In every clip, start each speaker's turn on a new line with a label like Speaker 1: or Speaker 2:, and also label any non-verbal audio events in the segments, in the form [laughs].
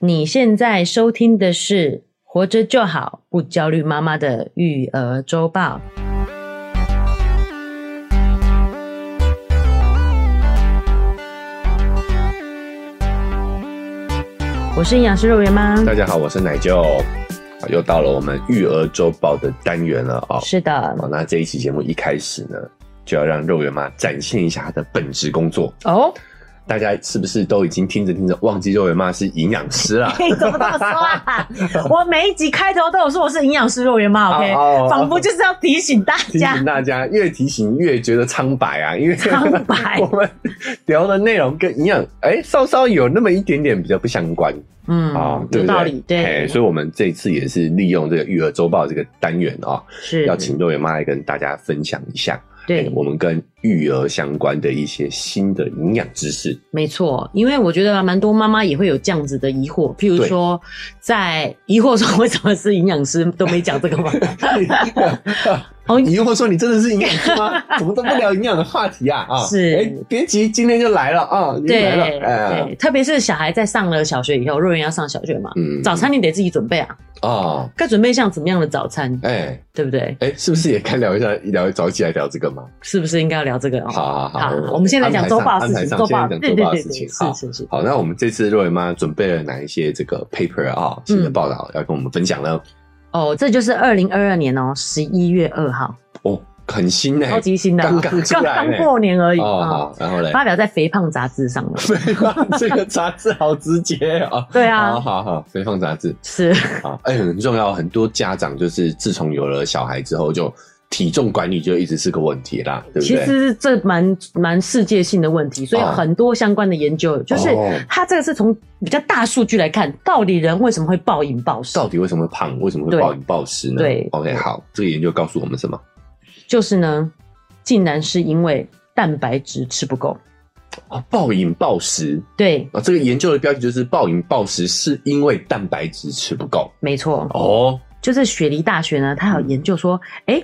Speaker 1: 你现在收听的是《活着就好不焦虑妈妈的育儿周报》。我是营养师肉圆妈，
Speaker 2: 大家好，我是奶舅，啊又到了我们育儿周报的单元了哦。
Speaker 1: 是的，
Speaker 2: 哦，那这一期节目一开始呢，就要让肉圆妈展现一下她的本职工作。
Speaker 1: 哦， [laughs]
Speaker 2: 大家是不是都已经听着听着忘记肉圆妈是营养师了？
Speaker 1: 嘿，怎么这么说啊？我每一集开头都有说我是营养师肉圆妈，OK，
Speaker 2: 哦哦
Speaker 1: 仿佛就是要提醒大 [laughs]
Speaker 2: 提
Speaker 1: 家
Speaker 2: [laughs] 醒，大家，越提醒越觉得苍白啊，因为
Speaker 1: 苍白
Speaker 2: [laughs] 我们聊的内容跟营养哎、稍稍有那么一点点比较不相关
Speaker 1: 嗯，
Speaker 2: 啊、对
Speaker 1: 有
Speaker 2: 不对？
Speaker 1: 道理，
Speaker 2: 哎
Speaker 1: 对，
Speaker 2: 所以我们这次也是利用这个育儿周报这个单元啊、哦，
Speaker 1: 是
Speaker 2: 要请肉圆妈来跟大家分享一下。
Speaker 1: 对
Speaker 2: 欸，我们跟育儿相关的一些新的营养知 [laughs] 识。
Speaker 1: 没错，因为我觉得啊蛮多妈妈也会有这样子的疑惑，譬如
Speaker 2: 对
Speaker 1: 说，在疑惑说为什么是营养师都没讲这个
Speaker 2: [laughs]
Speaker 1: 吗？哦
Speaker 2: 你如果说你真的是营养师吗？ [laughs] 怎么都不聊营养的话题啊？啊，
Speaker 1: 是
Speaker 2: 哎，别急，今天就来了啊，你
Speaker 1: 对
Speaker 2: 来了，哎
Speaker 1: 对，，特别是小孩在上了小学以后，若人要上小学嘛，
Speaker 2: 嗯
Speaker 1: 早餐你得自己准备啊，
Speaker 2: 哦，
Speaker 1: 该准备像怎么样的早餐，
Speaker 2: 哎
Speaker 1: 对不对？
Speaker 2: 哎，是不是也该聊一下聊早起来聊这个嘛？
Speaker 1: 是不是应该要聊这个？哦，
Speaker 2: 好好
Speaker 1: 好
Speaker 2: 好，，
Speaker 1: 我们现在
Speaker 2: 安
Speaker 1: 讲
Speaker 2: 排
Speaker 1: 周
Speaker 2: 上
Speaker 1: 报的
Speaker 2: 安
Speaker 1: 事
Speaker 2: 排
Speaker 1: 情，
Speaker 2: 上
Speaker 1: 周
Speaker 2: 现
Speaker 1: 报，
Speaker 2: 在讲
Speaker 1: 对
Speaker 2: 周
Speaker 1: 对
Speaker 2: 报的
Speaker 1: 对
Speaker 2: 事
Speaker 1: 对，
Speaker 2: 情。
Speaker 1: 是
Speaker 2: 好，
Speaker 1: 是是，
Speaker 2: 好，那我们这次若圆妈准备了哪一些这个 paper 啊新
Speaker 1: 嗯
Speaker 2: 的报道要跟我们分享呢？
Speaker 1: 哦，这就是二零二二年哦，十一月二号，
Speaker 2: 哦，很新呢，
Speaker 1: 超级新的啊，
Speaker 2: 刚刚出
Speaker 1: 刚
Speaker 2: 来
Speaker 1: 刚
Speaker 2: 呢。
Speaker 1: 过年而已
Speaker 2: 哦，
Speaker 1: 啊，
Speaker 2: 好，然后嘞，
Speaker 1: 发表在《肥胖》杂志上
Speaker 2: [laughs]
Speaker 1: 的，
Speaker 2: 肥胖啊这个杂志好直接啊、
Speaker 1: 对
Speaker 2: 好
Speaker 1: 啊，
Speaker 2: 好好，肥胖杂志
Speaker 1: 是。
Speaker 2: 啊，哎、很重要。很多家长就是自从有了小孩之后，就体重管理就一直是个问题啦，对不
Speaker 1: 其
Speaker 2: 对？
Speaker 1: 实这蛮蛮世界性的问题，所以
Speaker 2: 哦
Speaker 1: 很多相关的研究，就是
Speaker 2: 哦
Speaker 1: 它这个是从比较大数据来看，到底人为什么会暴饮暴食？
Speaker 2: 到底为什么会胖？为什么会
Speaker 1: 对
Speaker 2: 暴饮暴食呢？
Speaker 1: 对
Speaker 2: ，OK，好，这个研究告诉我们什么？
Speaker 1: 就是呢，竟然是因为蛋白质吃不够。
Speaker 2: 哦，暴饮暴食
Speaker 1: 对，
Speaker 2: 啊，这个研究的标题就是“暴饮暴食是因为蛋白质吃不够
Speaker 1: 没”。错，
Speaker 2: 哦，
Speaker 1: 就是雪梨大学呢，它
Speaker 2: 嗯
Speaker 1: 有研究说，哎、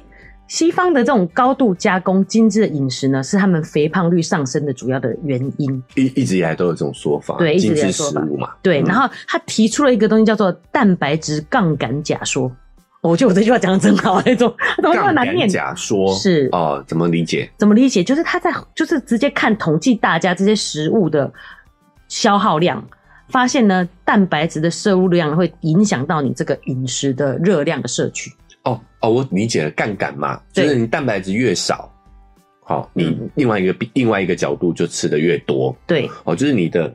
Speaker 1: 西方的这种高度加工、精致的饮食呢，是他们肥胖率上升的主要的原因。
Speaker 2: 一一直以来都有这种说法，
Speaker 1: 对一直以
Speaker 2: 精
Speaker 1: 来
Speaker 2: 致
Speaker 1: 说
Speaker 2: 食
Speaker 1: 法
Speaker 2: 物嘛，
Speaker 1: 对，
Speaker 2: 嗯
Speaker 1: 然后他提出了一个东西叫做蛋白质杠杆假说。哦我觉得我这句话讲的真好，那种怎么那么
Speaker 2: 杠
Speaker 1: 难
Speaker 2: 杆
Speaker 1: 念？
Speaker 2: 假说
Speaker 1: 是
Speaker 2: 哦，怎么理解？
Speaker 1: 怎么理解？就是他在就是直接看统计大家这些食物的消耗量，发现呢蛋白质的摄入量会影响到你这个饮食的热量的摄取。
Speaker 2: 哦哦，我理解了，杠杆嘛，就
Speaker 1: 对
Speaker 2: 是你蛋白质越少，好、你
Speaker 1: 嗯
Speaker 2: 另外一个、另外一个角度就吃的越多，
Speaker 1: 对
Speaker 2: 哦，就是你的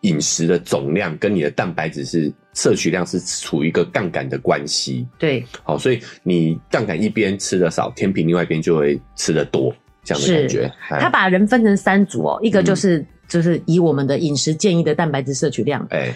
Speaker 2: 饮食的总量跟你的蛋白质是摄取量是处于一个杠杆的关系，
Speaker 1: 对，
Speaker 2: 好、所以你杠杆一边吃的少，天平另外一边就会吃的多，这样的
Speaker 1: 是
Speaker 2: 感觉。哎
Speaker 1: 他把人分成三组哦，一个就是、就是以我们的饮食建议的蛋白质摄取量，
Speaker 2: 哎，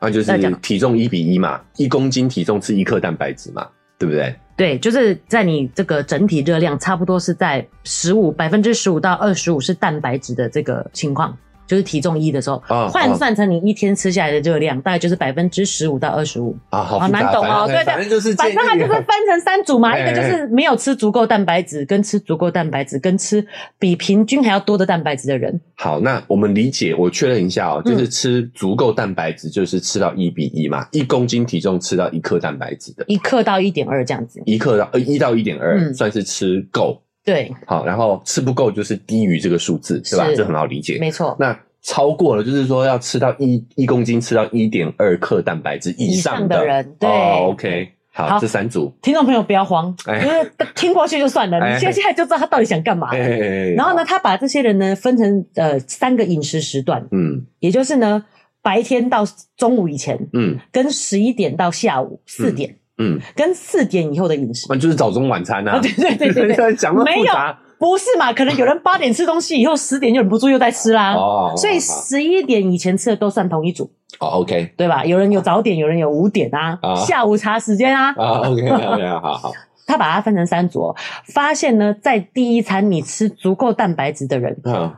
Speaker 2: 那、就
Speaker 1: 那讲
Speaker 2: 是体重一比一嘛，一公斤体重吃一克蛋白质嘛，对不对？
Speaker 1: 对，就是在你这个整体热量差不多是在十五百分之十五到二十五是蛋白质的这个情况，就是体重一的时候，
Speaker 2: 啊
Speaker 1: 换算成你一天吃下来的热量，大概就是百分之十五到二十五。
Speaker 2: 啊，好
Speaker 1: 好
Speaker 2: 复杂
Speaker 1: 难懂哦
Speaker 2: 反
Speaker 1: 对对
Speaker 2: 反正就是
Speaker 1: 反
Speaker 2: 建议
Speaker 1: 正它就是分成三组嘛，
Speaker 2: 哎
Speaker 1: 一
Speaker 2: 哎
Speaker 1: 个就是没有吃足够蛋白质，跟吃足够蛋白质，跟吃比平均还要多的蛋白质的人，
Speaker 2: 好，那我们理解，我确认一下哦，
Speaker 1: 嗯
Speaker 2: 就是吃足够蛋白质，就是吃到一比一嘛，一公斤体重吃到一克蛋白质的，
Speaker 1: 一克到一点二这样子。
Speaker 2: 一克到呃一到一点二
Speaker 1: 嗯
Speaker 2: 算是吃够。
Speaker 1: 对，
Speaker 2: 好，然后吃不够就是低于这个数字，对吧？
Speaker 1: 是
Speaker 2: 这很好理解。
Speaker 1: 没错，
Speaker 2: 那超过了，就是说要吃到一一公斤，吃到一点二克蛋白质以上
Speaker 1: 以上的人对
Speaker 2: 哦，OK，
Speaker 1: 好
Speaker 2: 好，这三组。
Speaker 1: 听众朋友不要慌，
Speaker 2: 哎
Speaker 1: 因
Speaker 2: [laughs]
Speaker 1: 为听过去就算了，
Speaker 2: 哎
Speaker 1: 你接下来就知道他到底想干嘛。
Speaker 2: 哎哎哎哎
Speaker 1: 然后呢，他把这些人呢分成呃三个饮食时段，
Speaker 2: 嗯
Speaker 1: 也就是呢白天到中午以前，
Speaker 2: 嗯
Speaker 1: 跟十一点到下午四点，
Speaker 2: 嗯，
Speaker 1: 跟四点以后的饮食。
Speaker 2: 那就是早中晚餐
Speaker 1: 啊，
Speaker 2: 啊
Speaker 1: [laughs] 对。对对
Speaker 2: [laughs]
Speaker 1: 对对，啊
Speaker 2: 讲那么复杂
Speaker 1: 不是嘛？可能有人八点吃东西，以后十点就忍不住又在吃啦。
Speaker 2: 哦，
Speaker 1: 所以
Speaker 2: 好
Speaker 1: 十一点以前吃的都算同一组，
Speaker 2: 好好 OK，
Speaker 1: 对吧？有人有早点，有人有五点啊，
Speaker 2: 啊
Speaker 1: 下午茶时间啊。
Speaker 2: [laughs] 啊，OK，OK，好好，
Speaker 1: 他把它分成三组、哦，发现呢，在第一餐你吃足够蛋白质的人，
Speaker 2: 嗯，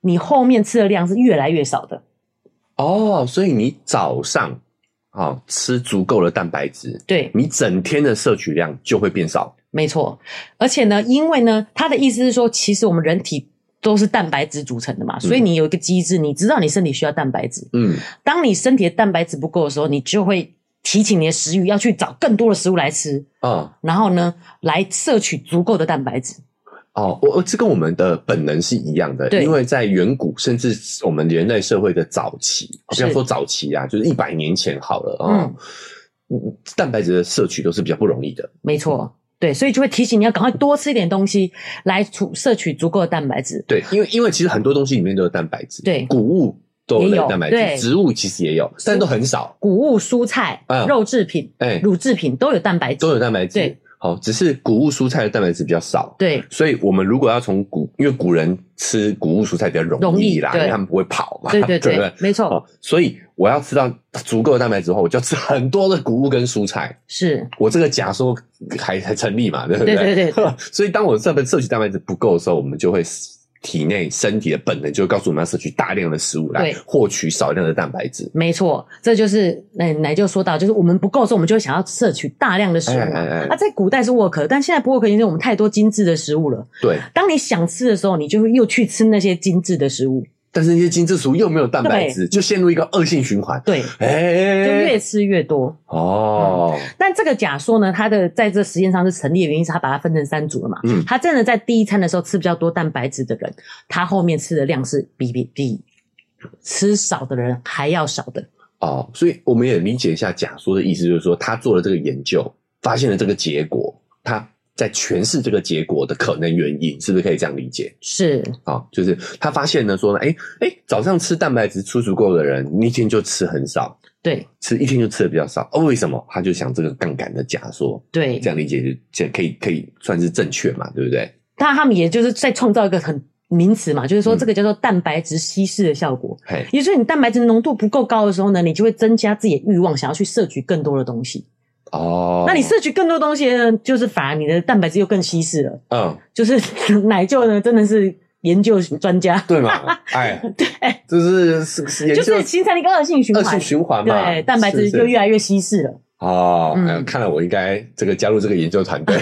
Speaker 1: 你后面吃的量是越来越少的。
Speaker 2: 哦，所以你早上啊、哦吃足够的蛋白质，
Speaker 1: 对，
Speaker 2: 你整天的摄取量就会变少。
Speaker 1: 没错。而且呢，因为呢，他的意思是说，其实我们人体都是蛋白质组成的嘛，所以你有一个机制，你知道你身体需要蛋白质。
Speaker 2: 嗯，
Speaker 1: 当你身体的蛋白质不够的时候，你就会提起你的食欲，要去找更多的食物来吃，
Speaker 2: 哦
Speaker 1: 然后呢，来摄取足够的蛋白质。
Speaker 2: 哦，我我这跟我们的本能是一样的，
Speaker 1: 对
Speaker 2: 因为在远古，甚至我们人类社会的早期，
Speaker 1: 是
Speaker 2: 不要说早期啊，就是一百年前好了啊、哦嗯蛋白质的摄取都是比较不容易的。
Speaker 1: 没
Speaker 2: 嗯
Speaker 1: 错，对，所以就会提醒你要赶快多吃一点东西，来储摄取足够的蛋白质。
Speaker 2: 对，因为因为其实很多东西里面都有蛋白质，
Speaker 1: 对
Speaker 2: 谷物都
Speaker 1: 也
Speaker 2: 有
Speaker 1: 有
Speaker 2: 蛋白
Speaker 1: 对
Speaker 2: 质，植物其实也有，但都很少。
Speaker 1: 谷物、蔬菜、
Speaker 2: 嗯
Speaker 1: 肉制品、
Speaker 2: 哎、
Speaker 1: 乳制品都有蛋白质
Speaker 2: 都。有蛋白质
Speaker 1: 对，
Speaker 2: 好、只是谷物蔬菜的蛋白质比较少。
Speaker 1: 对，
Speaker 2: 所以我们如果要从谷，因为古人吃谷物蔬菜比较容易啦，
Speaker 1: 容易对
Speaker 2: 因为他们不会跑嘛，
Speaker 1: 对
Speaker 2: [laughs]
Speaker 1: 对
Speaker 2: 不
Speaker 1: 对，没错，
Speaker 2: 哦，所以我要吃到足够的蛋白质后，我就要吃很多的谷物跟蔬菜。
Speaker 1: 是
Speaker 2: 我这个假说还还成立嘛，对不
Speaker 1: 对对对
Speaker 2: [laughs] 所以当我这边摄取蛋白质不够的时候，我们就会体内身体的本能就会告诉我们要摄取大量的食物来
Speaker 1: 对
Speaker 2: 获取少量的蛋白质。
Speaker 1: 没错，这就是奶奶就说到，就是我们不够的时候，我们就会想要摄取大量的食物
Speaker 2: 哎
Speaker 1: 嘛。
Speaker 2: 哎哎
Speaker 1: 啊，在古代是 work，但现在不 work，因为我们太多精致的食物了。
Speaker 2: 对，
Speaker 1: 当你想吃的时候，你就会又去吃那些精致的食物，
Speaker 2: 但是那些精致食物又没有蛋白质，就陷入一个恶性循环。
Speaker 1: 对，
Speaker 2: 哎、
Speaker 1: 就越吃越多。
Speaker 2: 哦，
Speaker 1: 但这个假说呢，它的在这实验上是成立的原因是它把它分成三组了嘛。
Speaker 2: 嗯
Speaker 1: 他真的在第一餐的时候吃比较多蛋白质的人，他后面吃的量是比比比吃少的人还要少的。
Speaker 2: 哦，所以我们也理解一下假说的意思，就是说他做了这个研究，发现了这个结果，他在诠释这个结果的可能原因，是不是可以这样理解？
Speaker 1: 是
Speaker 2: 啊、就是他发现呢，说呢，哎、哎、早上吃蛋白质吃足够的人，你一天就吃很少，
Speaker 1: 对
Speaker 2: 吃一天就吃的比较少，哦，为什么？他就想这个杠杆的假说，
Speaker 1: 对
Speaker 2: 这，样理解就这可以可以算是正确嘛，对不对？
Speaker 1: 当然他们也就是在创造一个很名词嘛，就是
Speaker 2: 嗯
Speaker 1: 说这个叫做蛋白质稀释的效果。
Speaker 2: 嘿，
Speaker 1: 也就是你蛋白质浓度不够高的时候呢，你就会增加自己的欲望，想要去摄取更多的东西。
Speaker 2: 哦，
Speaker 1: 那你摄取更多东西呢，就是反而你的蛋白质又更稀释了。
Speaker 2: 嗯，
Speaker 1: 就是 [laughs] 奶舅呢，真的是研究专家，
Speaker 2: 对嘛？哎，
Speaker 1: [laughs] 对，
Speaker 2: 这是是是研
Speaker 1: 就
Speaker 2: 究
Speaker 1: 是形成了一个恶性循
Speaker 2: 恶
Speaker 1: 环
Speaker 2: 性。循环嘛，
Speaker 1: 对，蛋白
Speaker 2: 是
Speaker 1: 质
Speaker 2: 不是
Speaker 1: 就越来越稀释了。
Speaker 2: 哦，
Speaker 1: 嗯
Speaker 2: 哎看来我应该这个加入这个研究
Speaker 1: [laughs]
Speaker 2: 团队，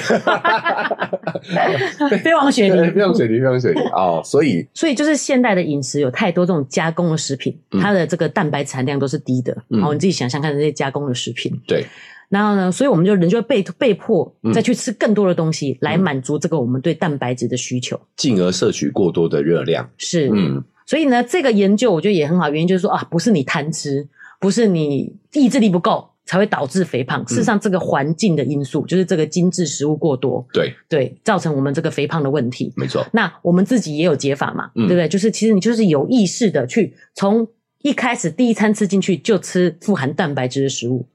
Speaker 1: 飞往雪
Speaker 2: 对
Speaker 1: 梨
Speaker 2: [laughs] 非。常水泥，非常水泥哦。所以
Speaker 1: 所以就是现代的饮食有太多这种加工的食品，
Speaker 2: 嗯
Speaker 1: 它的这个蛋白质含量都是低的。
Speaker 2: 嗯
Speaker 1: 然后你自己想想看，这些加工的食品，
Speaker 2: 对，
Speaker 1: 然后呢，所以我们就人就会被被迫
Speaker 2: 嗯
Speaker 1: 再去吃更多的东西，来满足这个我们对蛋白质的需求。
Speaker 2: 进而摄取过多的热量，
Speaker 1: 是，
Speaker 2: 嗯，
Speaker 1: 所以呢，这个研究我觉得也很好，原因就是说啊，不是你贪吃，不是你意志力不够才会导致肥
Speaker 2: 嗯
Speaker 1: 胖，事实上这个环境的因素，就是这个精致食物过多，
Speaker 2: 对，
Speaker 1: 对，造成我们这个肥胖的问题。
Speaker 2: 没错，
Speaker 1: 那我们自己也有解法嘛，
Speaker 2: 嗯
Speaker 1: 对不对？就是其实你就是有意识的去从一开始第一餐吃进去就吃富含蛋白质的食物，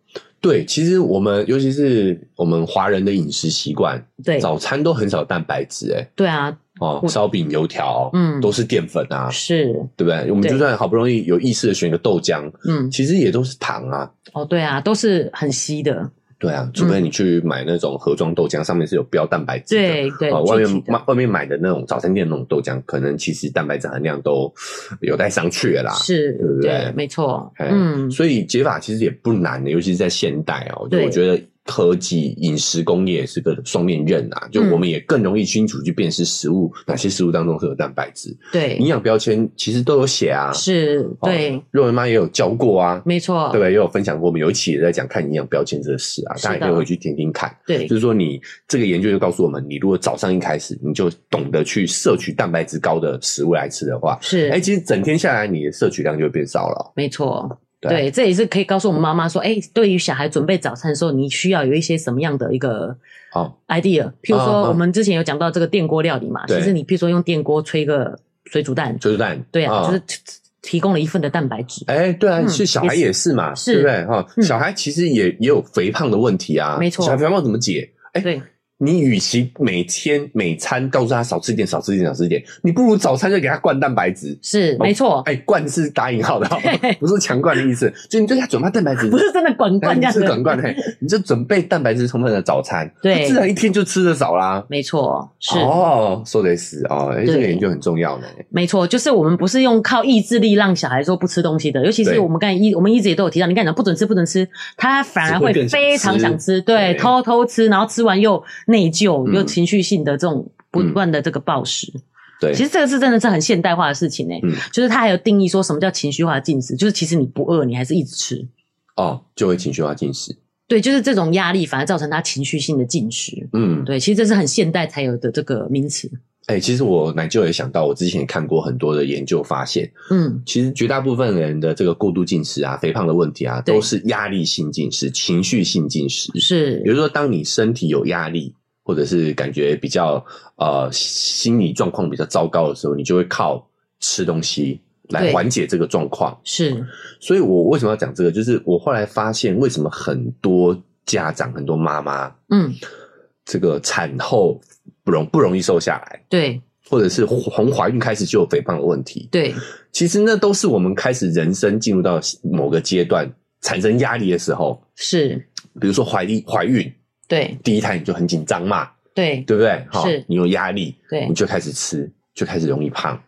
Speaker 2: 对。其实我们尤其是我们华人的饮食习惯，
Speaker 1: 对
Speaker 2: 早餐都很少蛋白质，哎，
Speaker 1: 对啊，
Speaker 2: 哦，
Speaker 1: 我
Speaker 2: 烧饼、油条，
Speaker 1: 嗯
Speaker 2: 都是淀粉啊，
Speaker 1: 是，
Speaker 2: 对不对？我们
Speaker 1: 对
Speaker 2: 就算好不容易有意识的选个豆浆，
Speaker 1: 嗯，
Speaker 2: 其实也都是糖啊。
Speaker 1: 哦，对啊，都是很稀的，
Speaker 2: 对啊，除非你去买那种盒装豆浆，上面是有标蛋白质
Speaker 1: 嗯
Speaker 2: 的，
Speaker 1: 对对，
Speaker 2: 啊，外
Speaker 1: 具体
Speaker 2: 面
Speaker 1: 的
Speaker 2: 外外面买的那种早餐店那种豆浆，可能其实蛋白质含量都有待商榷啦。
Speaker 1: 是
Speaker 2: 啊对不，对
Speaker 1: 对，没错，
Speaker 2: 哎
Speaker 1: 嗯，
Speaker 2: 所以解法其实也不难的，尤其是在现代哦、就
Speaker 1: 对
Speaker 2: 我觉得科技、饮食工业是个双面刃啊，就
Speaker 1: 嗯
Speaker 2: 我们也更容易清楚去辨识食物、哪些食物当中是有蛋白质，
Speaker 1: 对
Speaker 2: 营，养标签其实都有写啊。
Speaker 1: 是，
Speaker 2: 哦
Speaker 1: 对，
Speaker 2: 肉圆妈也有教过啊，
Speaker 1: 没错，
Speaker 2: 对不对？也有分享过，我们有一期也在讲看营养标签这个事啊，
Speaker 1: 是的
Speaker 2: 大家可以回去听听看。
Speaker 1: 对
Speaker 2: 就，是说你这个研究就告诉我们，你如果早上一开始你就懂得去摄取蛋白质高的食物来吃的话，
Speaker 1: 是，
Speaker 2: 哎、其实整天下来你的摄取量就会变少了。
Speaker 1: 没错。
Speaker 2: 对啊
Speaker 1: 对，这也是可以告诉我们妈妈说，哎、对于小孩准备早餐的时候，你需要有一些什么样的一个
Speaker 2: 哦，
Speaker 1: idea。譬如
Speaker 2: 嗯嗯
Speaker 1: 说，我们之前有讲到这个电锅料理嘛，
Speaker 2: 对
Speaker 1: 其实你譬如说用电锅吹个水煮蛋，
Speaker 2: 就是蛋，
Speaker 1: 对啊，
Speaker 2: 嗯
Speaker 1: 就是提提供了一份的蛋白质，
Speaker 2: 哎、对啊，
Speaker 1: 嗯
Speaker 2: 是小孩也是嘛，
Speaker 1: 是
Speaker 2: 对不对？哈、
Speaker 1: 嗯
Speaker 2: 小孩其实也也有肥胖的问题啊，
Speaker 1: 没错
Speaker 2: 小孩肥胖怎么解？哎、
Speaker 1: 对，
Speaker 2: 你与其每天每餐告诉他少吃一点、少吃一点、少吃一点，你不如早餐就给他灌蛋白质。
Speaker 1: 是没错，
Speaker 2: 哎、灌是打引号的
Speaker 1: [laughs]
Speaker 2: 哦，不是强灌的意思，就你对他准备蛋白质
Speaker 1: 不，是真的滚
Speaker 2: 哎
Speaker 1: 罐
Speaker 2: 你
Speaker 1: 这样
Speaker 2: 是
Speaker 1: 子，
Speaker 2: 短罐嘿，你就准备蛋白质充分的早餐，
Speaker 1: 对
Speaker 2: 他自然一天就吃的少啦。
Speaker 1: 没错，是、
Speaker 2: 哦，说的是哦，哎，
Speaker 1: 对
Speaker 2: 这个研究很重要呢。
Speaker 1: 没错，就是我们不是用靠意志力让小孩说不吃东西的，尤其
Speaker 2: 对
Speaker 1: 是我们刚才一我们一直也都有提到，你刚才讲不准吃不准吃，他反而
Speaker 2: 只
Speaker 1: 会
Speaker 2: 会更想吃
Speaker 1: 非常想吃，
Speaker 2: 对
Speaker 1: 对，偷偷吃，然后吃完又内疚，
Speaker 2: 嗯
Speaker 1: 又情绪性的这种不
Speaker 2: 嗯
Speaker 1: 断的这个暴食，
Speaker 2: 对，
Speaker 1: 其实这个是真的是很现代化的事情呢、欸
Speaker 2: 嗯
Speaker 1: 就是它还有定义说什么叫情绪化进食，就是其实你不饿，你还是一直吃。
Speaker 2: 哦，就会情绪化进食。
Speaker 1: 对，就是这种压力反而造成他情绪性的进食。
Speaker 2: 嗯，
Speaker 1: 对，其实这是很现代才有的这个名词。
Speaker 2: 哎、其实我奶舅也想到，我之前也看过很多的研究发现，
Speaker 1: 嗯，
Speaker 2: 其实绝大部分人的这个过度进食啊、肥胖的问题啊，
Speaker 1: 对
Speaker 2: 都是压力性进食、情绪性进食。
Speaker 1: 是
Speaker 2: 比，如说，当你身体有压力，或者是感觉比较呃心理状况比较糟糕的时候，你就会靠吃东西来
Speaker 1: 对
Speaker 2: 缓解这个状况。
Speaker 1: 是，
Speaker 2: 所以我为什么要讲这个？就是我后来发现，为什么很多家长、很多妈妈
Speaker 1: 嗯，
Speaker 2: 这个产后不容不容易瘦下来，
Speaker 1: 对
Speaker 2: 或者是从怀孕开始就有肥胖的问题，
Speaker 1: 对，
Speaker 2: 其实那都是我们开始人生进入到某个阶段产生压力的时候，
Speaker 1: 是，
Speaker 2: 比如说怀孕怀孕
Speaker 1: 对
Speaker 2: 第一胎你就很紧张嘛，
Speaker 1: 对
Speaker 2: 对不对？哈
Speaker 1: 是
Speaker 2: 你有压力，
Speaker 1: 对
Speaker 2: 你就开始吃，就开始容易胖。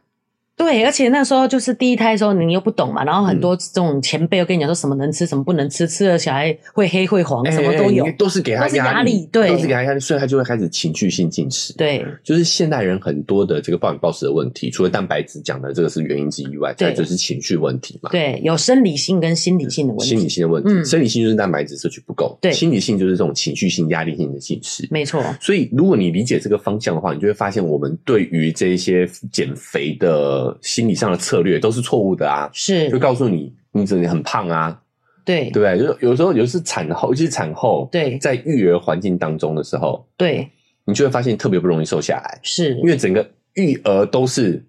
Speaker 1: 对，而且那时候就是第一胎的时候，你又不懂嘛，然后很多
Speaker 2: 嗯
Speaker 1: 这种前辈又跟你讲说什么能吃，什么不能吃，吃了小孩会黑会黄，什么都有
Speaker 2: 哎。都是给他
Speaker 1: 都是压
Speaker 2: 力
Speaker 1: 力对
Speaker 2: 都是给他压力，所以他就会开始情绪性进食。
Speaker 1: 对
Speaker 2: 就是现代人很多的这个暴饮暴食的问题，除了蛋白质讲的这个是原因之一以外，
Speaker 1: 对
Speaker 2: 再就是情绪问题嘛，
Speaker 1: 对，有生理性跟心理性的问
Speaker 2: 心理
Speaker 1: 题，
Speaker 2: 性的问题，
Speaker 1: 嗯
Speaker 2: 生理性就是蛋白质摄取不够，
Speaker 1: 对
Speaker 2: 心理性就是这种情绪性、压力性的进食。
Speaker 1: 没错，
Speaker 2: 所以，如果你理解这个方向的话，你就会发现我们对于这一些减肥的心理上的策略都是错误的啊，
Speaker 1: 是
Speaker 2: 就，告诉你你只能很胖啊，
Speaker 1: 对
Speaker 2: 对不对？就是有时候，尤其是产后，尤其是产后，
Speaker 1: 对
Speaker 2: 在育儿环境当中的时候，
Speaker 1: 对
Speaker 2: 你就会发现特别不容易瘦下来，
Speaker 1: 是
Speaker 2: 因，为整个育儿都是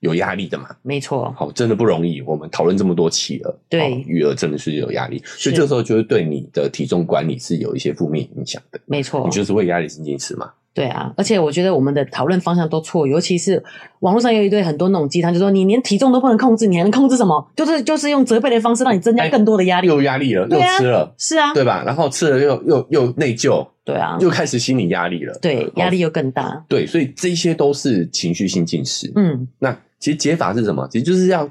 Speaker 2: 有压力的嘛。
Speaker 1: 没错，
Speaker 2: 好，真的不容易。我们讨论这么多期了，
Speaker 1: 对
Speaker 2: 好育儿真的是有压力，所以这时候就会对你的体重管理是有一些负面影响的。
Speaker 1: 没错
Speaker 2: 你。就是会压力神经吃嘛？
Speaker 1: 对啊，而且我觉得我们的讨论方向都错，尤其是网络上有一堆很多那种鸡汤，就说你连体重都不能控制，你还能控制什么？就是就是用责备的方式让你增加更多的压力。
Speaker 2: 哎又有压力了，又
Speaker 1: 对啊
Speaker 2: 吃了。
Speaker 1: 是啊，
Speaker 2: 对吧？然后吃了又又又内疚，
Speaker 1: 对啊，
Speaker 2: 又开始心理压力了。呃哦
Speaker 1: 对，压力又更大。
Speaker 2: 对，所以这些都是情绪性进食。
Speaker 1: 嗯
Speaker 2: 那其实解法是什么？其实就是要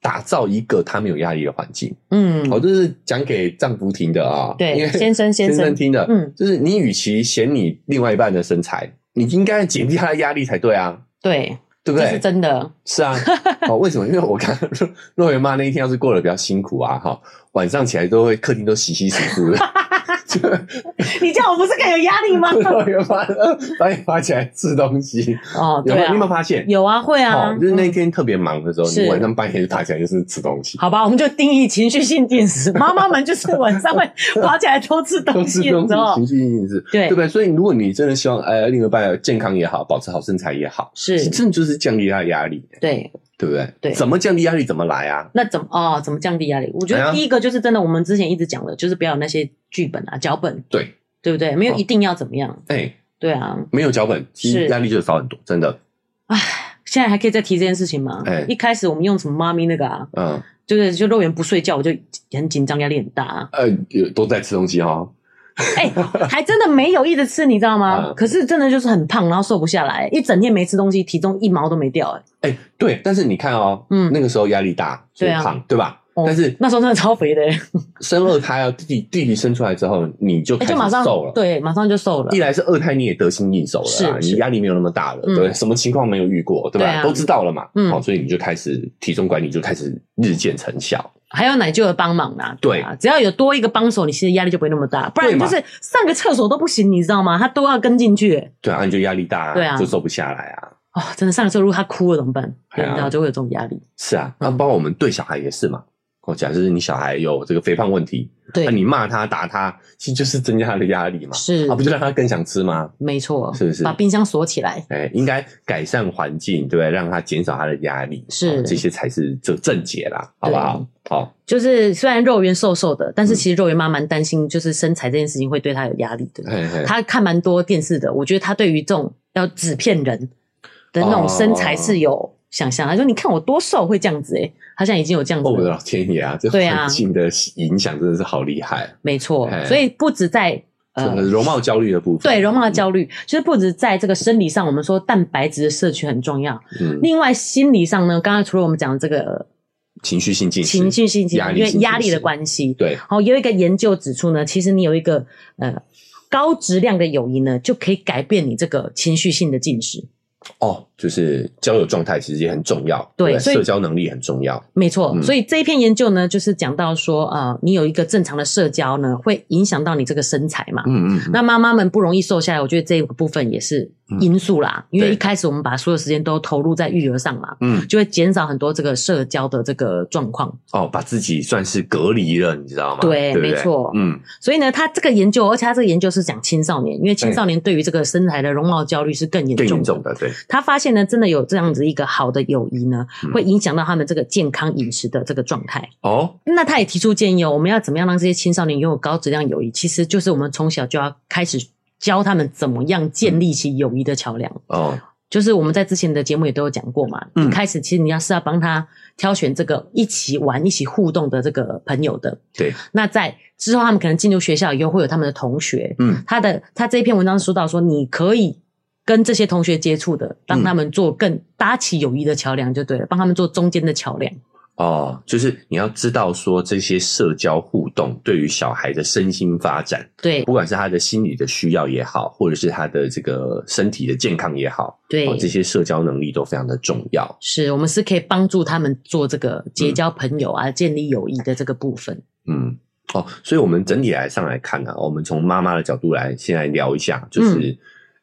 Speaker 2: 打造一个他没有压力的环境。
Speaker 1: 嗯
Speaker 2: 好、，这是讲给丈夫听的啊、因
Speaker 1: 对
Speaker 2: 为，
Speaker 1: 先生先
Speaker 2: 先
Speaker 1: 生
Speaker 2: 生，听的，
Speaker 1: 嗯
Speaker 2: 就是你与其嫌你另外一半的身材，你应该减低他的压力才对啊，
Speaker 1: 对，
Speaker 2: 对不
Speaker 1: 这是
Speaker 2: 对？
Speaker 1: 真的。[laughs]
Speaker 2: 是啊，哦，为什么？因为我看若元妈那一天要是过得比较辛苦啊，哈、晚上起来都会客厅都洗洗簌
Speaker 1: [laughs]
Speaker 2: 簌的，
Speaker 1: 你叫我不是更有压力吗？
Speaker 2: 幼儿园发把你发起来吃东西，
Speaker 1: 哦，对
Speaker 2: 有没有？
Speaker 1: 啊
Speaker 2: 你有没，有发现？
Speaker 1: 有啊，会啊
Speaker 2: 哦，，就是那
Speaker 1: 嗯
Speaker 2: 天特别忙的时候，
Speaker 1: 是
Speaker 2: 你晚上半夜就爬起来就是吃东西，
Speaker 1: 好吧，我们就定义情绪性进食。妈妈们就是晚上会爬起来偷吃
Speaker 2: 都
Speaker 1: 东
Speaker 2: 吃
Speaker 1: 西
Speaker 2: 东
Speaker 1: 的时
Speaker 2: 西，
Speaker 1: 候
Speaker 2: 情，绪性是，
Speaker 1: 对
Speaker 2: 对不对？所以如果你真的希望呃另一半健康也好，保持好身材也好，
Speaker 1: 是，
Speaker 2: 真的就是降低他的压力，
Speaker 1: 对。
Speaker 2: 对不对？
Speaker 1: 对
Speaker 2: 怎么降低压力怎么来啊？
Speaker 1: 那怎么哦？怎么降低压力？我觉
Speaker 2: 哎呀
Speaker 1: 得第一个就是真的，我们之前一直讲的，就是不要有那些剧本啊、脚本，
Speaker 2: 对，
Speaker 1: 对不对？没有
Speaker 2: 哦
Speaker 1: 一定要怎么样，
Speaker 2: 哎，
Speaker 1: 对啊。
Speaker 2: 没有脚本，其实
Speaker 1: 是
Speaker 2: 压力就少很多，真的，
Speaker 1: 现在还可以再提这件事情吗
Speaker 2: 哎？
Speaker 1: 一开始我们用什么妈咪那个啊，
Speaker 2: 嗯
Speaker 1: 就是就肉圆不睡觉，我就很紧张，压力很大啊。
Speaker 2: 呃，有都在吃东西哦哈，
Speaker 1: 哎、还真的没有一直吃，你知道吗？
Speaker 2: 嗯
Speaker 1: 可是真的就是很胖，然后瘦不下来，一整天没吃东西，体重一毛都没掉、哎，
Speaker 2: 哎，对，但是你看哦，
Speaker 1: 嗯
Speaker 2: 那个时候压力大，所以
Speaker 1: 对啊
Speaker 2: 胖，对吧？
Speaker 1: 哦
Speaker 2: 但是
Speaker 1: 那时候真的超肥的、
Speaker 2: [laughs]
Speaker 1: 哎
Speaker 2: 生二胎啊，弟弟弟弟生出来之后，你就
Speaker 1: 哎
Speaker 2: 开始
Speaker 1: 就马上
Speaker 2: 瘦了。
Speaker 1: 对，马上就瘦了
Speaker 2: 一。来是二胎你也得心应手了啦，
Speaker 1: 是是
Speaker 2: 你压力没有那么大了，
Speaker 1: 嗯
Speaker 2: 对，什么情况没有遇过，对吧？
Speaker 1: 对啊
Speaker 2: 都知道了嘛，
Speaker 1: 嗯
Speaker 2: 好，所以你就开始体重管理就开始日渐成效，
Speaker 1: 还有奶舅的帮忙啦，啊，只要有多一个帮手，你其实压力就不会那么大。不然
Speaker 2: 对
Speaker 1: 你
Speaker 2: 嘛
Speaker 1: 就是上个厕所都不行，你知道吗？他都要跟进去、哎
Speaker 2: 对啊，你就压力大、
Speaker 1: 对啊
Speaker 2: 就瘦不下来啊，
Speaker 1: 哦，真的上个厕所如果他哭了怎么办？
Speaker 2: 哎呀
Speaker 1: 你知道就会有这种压力。
Speaker 2: 是啊，那包括我们对小孩也是嘛，哦，假设你小孩有这个肥胖问题，
Speaker 1: 对，
Speaker 2: 那你骂他打他，其实就是增加他的压力嘛，
Speaker 1: 是、
Speaker 2: 啊，不就让他更想吃吗？
Speaker 1: 没错，
Speaker 2: 是不是
Speaker 1: 把冰箱锁起来。
Speaker 2: 哎，应该改善环境，对不对？让他减少他的压力，
Speaker 1: 是
Speaker 2: 哦这些才是正正解啦，好不好？好，
Speaker 1: 就是虽然肉圆瘦瘦的，
Speaker 2: 嗯
Speaker 1: 但是其实肉圆妈蛮担心，就是身材这件事情会对她有压力的。
Speaker 2: 嘿嘿
Speaker 1: 她看蛮多电视的，我觉得她对于这种要纸片人的那
Speaker 2: 哦
Speaker 1: 种身材是有想象。她说：“你看我多瘦，会这样子诶、欸，她现在已经有这样子
Speaker 2: 哦，我的
Speaker 1: 了，
Speaker 2: 老天爷啊，这
Speaker 1: 对啊
Speaker 2: 环境的影响真的是好厉害，
Speaker 1: 没错
Speaker 2: 哎。
Speaker 1: 所以不止在
Speaker 2: 这个
Speaker 1: 呃。
Speaker 2: 容貌焦虑的部分，
Speaker 1: 对容貌的焦虑，就是不止在这个生理上，我们说蛋白质的摄取很重要。
Speaker 2: 嗯，
Speaker 1: 另外心理上呢，刚刚除了我们讲的这个
Speaker 2: 情绪性进食，
Speaker 1: 情绪性疾
Speaker 2: 压
Speaker 1: 病，
Speaker 2: 力
Speaker 1: 因
Speaker 2: 性
Speaker 1: 为
Speaker 2: 进
Speaker 1: 压力
Speaker 2: 食
Speaker 1: 的关系，
Speaker 2: 对，
Speaker 1: 好，有一个研究指出呢，其实你有一个呃高质量的友谊呢，就可以改变你这个情绪性的进食。
Speaker 2: 哦，就是交友状态其实也很重要，
Speaker 1: 对
Speaker 2: 不
Speaker 1: 所以
Speaker 2: 社交能力很重要，
Speaker 1: 没错，
Speaker 2: 嗯
Speaker 1: 所以这一篇研究呢，就是讲到说，呃，你有一个正常的社交呢，会影响到你这个身材嘛。
Speaker 2: 嗯嗯嗯，
Speaker 1: 那妈妈们不容易瘦下来，我觉得这个部分也是因素啦，因为
Speaker 2: 对
Speaker 1: 一开始我们把所有时间都投入在育儿上嘛，
Speaker 2: 嗯
Speaker 1: 就会减少很多这个社交的这个状况。
Speaker 2: 哦，把自己算是隔离了，你知道吗？
Speaker 1: 对
Speaker 2: 不对
Speaker 1: 没错
Speaker 2: 嗯，
Speaker 1: 所以呢，他这个研究，而且他这个研究是讲青少年，因为青少年对于这个身材的容貌焦虑是更严
Speaker 2: 更
Speaker 1: 重
Speaker 2: 严
Speaker 1: 的。
Speaker 2: 重的，对，
Speaker 1: 他发现呢，真的有这样子一个好的友谊呢，
Speaker 2: 嗯
Speaker 1: 会影响到他们这个健康饮食的这个状态。
Speaker 2: 哦，
Speaker 1: 那他也提出建议哦，我们要怎么样让这些青少年拥有高质量友谊？其实就是我们从小就要开始教他们怎么样建立起友谊的桥梁。
Speaker 2: 哦，
Speaker 1: 就是我们在之前的节目也都有讲过嘛，
Speaker 2: 嗯
Speaker 1: 一开始其实你要是要帮他挑选这个一起玩、一起互动的这个朋友的。
Speaker 2: 对，
Speaker 1: 那在之后，他们可能进入学校以后，会有他们的同学。
Speaker 2: 嗯
Speaker 1: 他的他这一篇文章说到说，你可以跟这些同学接触
Speaker 2: 嗯
Speaker 1: 的，让他们做更搭起友谊的桥梁就对了，帮他们做中间的桥梁。
Speaker 2: 哦，就是你要知道说这些社交互动对于小孩的身心发展，
Speaker 1: 对
Speaker 2: 不管是他的心理的需要也好，或者是他的这个身体的健康也好，
Speaker 1: 对，
Speaker 2: 哦，这些社交能力都非常的重要。
Speaker 1: 是我们是可以帮助他们做这个结交朋友啊、建立友谊的这个部分。
Speaker 2: 嗯，哦，所以我们整体来上来看呢、我们从妈妈的角度来先来聊一下，就是，
Speaker 1: 嗯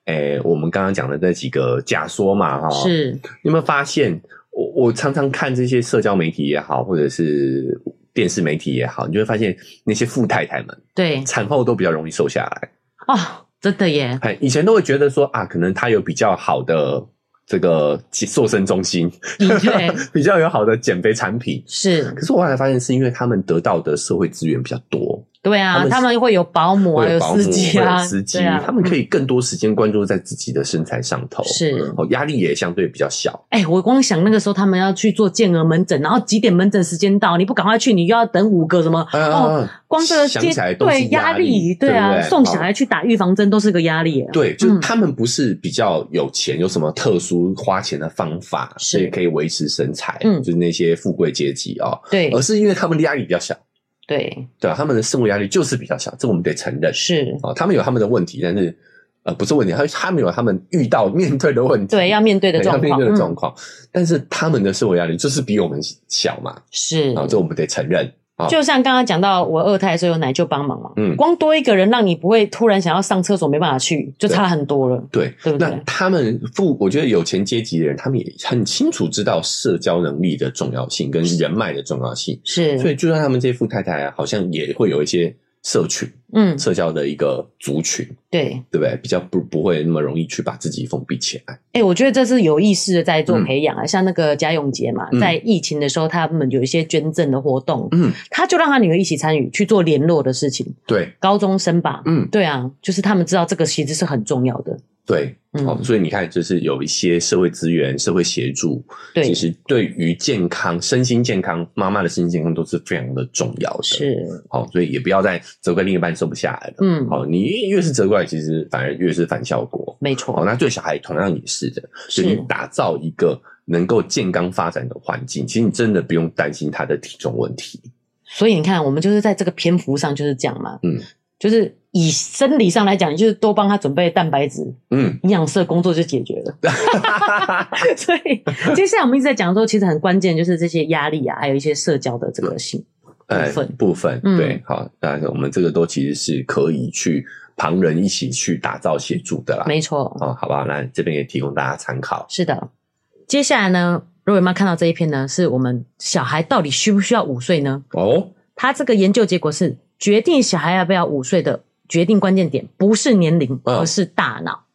Speaker 2: 诶、我们刚刚讲的那几个假说嘛，哈、
Speaker 1: 是，
Speaker 2: 你有没有发现，我我常常看这些社交媒体也好，或者是电视媒体也好，你就会发现那些富太太们
Speaker 1: 对
Speaker 2: 产后都比较容易瘦下来。
Speaker 1: 哦，真的耶，
Speaker 2: 哎，以前都会觉得说啊，可能她有比较好的这个瘦身中心，
Speaker 1: 的确
Speaker 2: [laughs] 比较有好的减肥产品。
Speaker 1: 是
Speaker 2: 可是我后来发现，是因为他们得到的社会资源比较多，
Speaker 1: 对啊，
Speaker 2: 他
Speaker 1: 他
Speaker 2: 们
Speaker 1: 们会有保姆啊，
Speaker 2: 会有保姆、
Speaker 1: 司机
Speaker 2: 会
Speaker 1: 啊，
Speaker 2: 有司机，
Speaker 1: 对啊，
Speaker 2: 他们可
Speaker 1: 以
Speaker 2: 以更多时间关注在自己的身材上头，
Speaker 1: 是。
Speaker 2: 哦，压力也相对比较小。
Speaker 1: 哎、我光想那个时候他们要去做健儿门诊，然后几点门诊时间到，你不赶快去，你又要等五个什么？哦，
Speaker 2: 啊，
Speaker 1: 光这个
Speaker 2: 想起
Speaker 1: 接
Speaker 2: 来都是
Speaker 1: 对
Speaker 2: 压
Speaker 1: 力，
Speaker 2: 对
Speaker 1: 啊，
Speaker 2: 不对
Speaker 1: 送小。
Speaker 2: 哦
Speaker 1: 孩去打预防针都是个压力耶。
Speaker 2: 对，就是
Speaker 1: 嗯
Speaker 2: 他们不是比较有钱，有什么特殊花钱的方法，
Speaker 1: 是
Speaker 2: 所以可以维持身材，
Speaker 1: 嗯
Speaker 2: 就是那些富贵阶级哦，
Speaker 1: 对
Speaker 2: 而是因为他们的压力比较小，
Speaker 1: 对
Speaker 2: 对啊、他们的生活压力就是比较小，这我们得承认
Speaker 1: 是，
Speaker 2: 啊、哦他们有他们的问题，但是呃，不是问题，他他们有他们遇到面对的问题，
Speaker 1: 对要面对的
Speaker 2: 对要
Speaker 1: 状
Speaker 2: 面
Speaker 1: 况，
Speaker 2: 对
Speaker 1: 嗯
Speaker 2: 的状况，但是他们的生活压力就是比我们小嘛，
Speaker 1: 是
Speaker 2: 啊、这我们得承认啊。
Speaker 1: 就像刚刚讲到，我二胎的时候有奶舅帮忙嘛，
Speaker 2: 嗯
Speaker 1: 光多一个人让你不会突然想要上厕所没办法去，就差很多了。
Speaker 2: 对，
Speaker 1: 对不对
Speaker 2: 那他们富，我觉得有钱阶级的人，他们也很清楚知道社交能力的重要性跟人脉的重要性，所
Speaker 1: 是，
Speaker 2: 以就算他们这些富太太啊，好像也会有一些社群、
Speaker 1: 嗯，
Speaker 2: 社交的一个族群，
Speaker 1: 对，
Speaker 2: 对不对？比较不不会那么容易去把自己封闭起来。
Speaker 1: 哎、我觉得这是有意识的在做
Speaker 2: 嗯
Speaker 1: 培养啊，像那个贾永杰嘛，
Speaker 2: 嗯
Speaker 1: 在疫情的时候，他们有一些捐赠的活动，
Speaker 2: 嗯，
Speaker 1: 他就让他女儿一起参与去做联络的事情，
Speaker 2: 对，
Speaker 1: 高中生吧，
Speaker 2: 嗯，
Speaker 1: 对啊，就是他们知道这个其实是很重要的，
Speaker 2: 对，
Speaker 1: 嗯，
Speaker 2: 哦，所以你看，就是有一些社会资源、社会协助，
Speaker 1: 对
Speaker 2: 其，实对于健康、身心健康，妈妈的身心健康都是非常的重要的。，
Speaker 1: 是，
Speaker 2: 好、所以也不要再责怪另一半瘦不下来了。
Speaker 1: 嗯，
Speaker 2: 好，你越是责怪，其实反而越是反效果。
Speaker 1: 没
Speaker 2: 好，
Speaker 1: 错，
Speaker 2: 那对小孩同样也是的，所以你
Speaker 1: 是
Speaker 2: 打造一个能够健康发展的环境，其实你真的不用担心他的体重问题。
Speaker 1: 所以你看，我们就是在这个篇幅上就是这样嘛，
Speaker 2: 嗯
Speaker 1: 就是以生理上来讲，你就是多帮他准备蛋白质，
Speaker 2: 嗯，
Speaker 1: 营养师的工作就解决
Speaker 2: [laughs]
Speaker 1: 了。所以接下来我们一直在讲说，其实很关键就是这些压力啊，还有一些社交的这个性。
Speaker 2: 哎
Speaker 1: 部分
Speaker 2: 部分
Speaker 1: 嗯
Speaker 2: 对，好，但是我们这个都其实是可以去旁人一起去打造协助的啦。
Speaker 1: 没错，
Speaker 2: 哦，好吧，那这边也提供大家参考。
Speaker 1: 是的。接下来呢，若伟妈看到这一篇呢，是我们小孩到底需不需要午睡呢？
Speaker 2: 哦，
Speaker 1: 他这个研究结果是，决定小孩要不要午睡的决定关键点不是年龄，
Speaker 2: 嗯
Speaker 1: 而是大脑。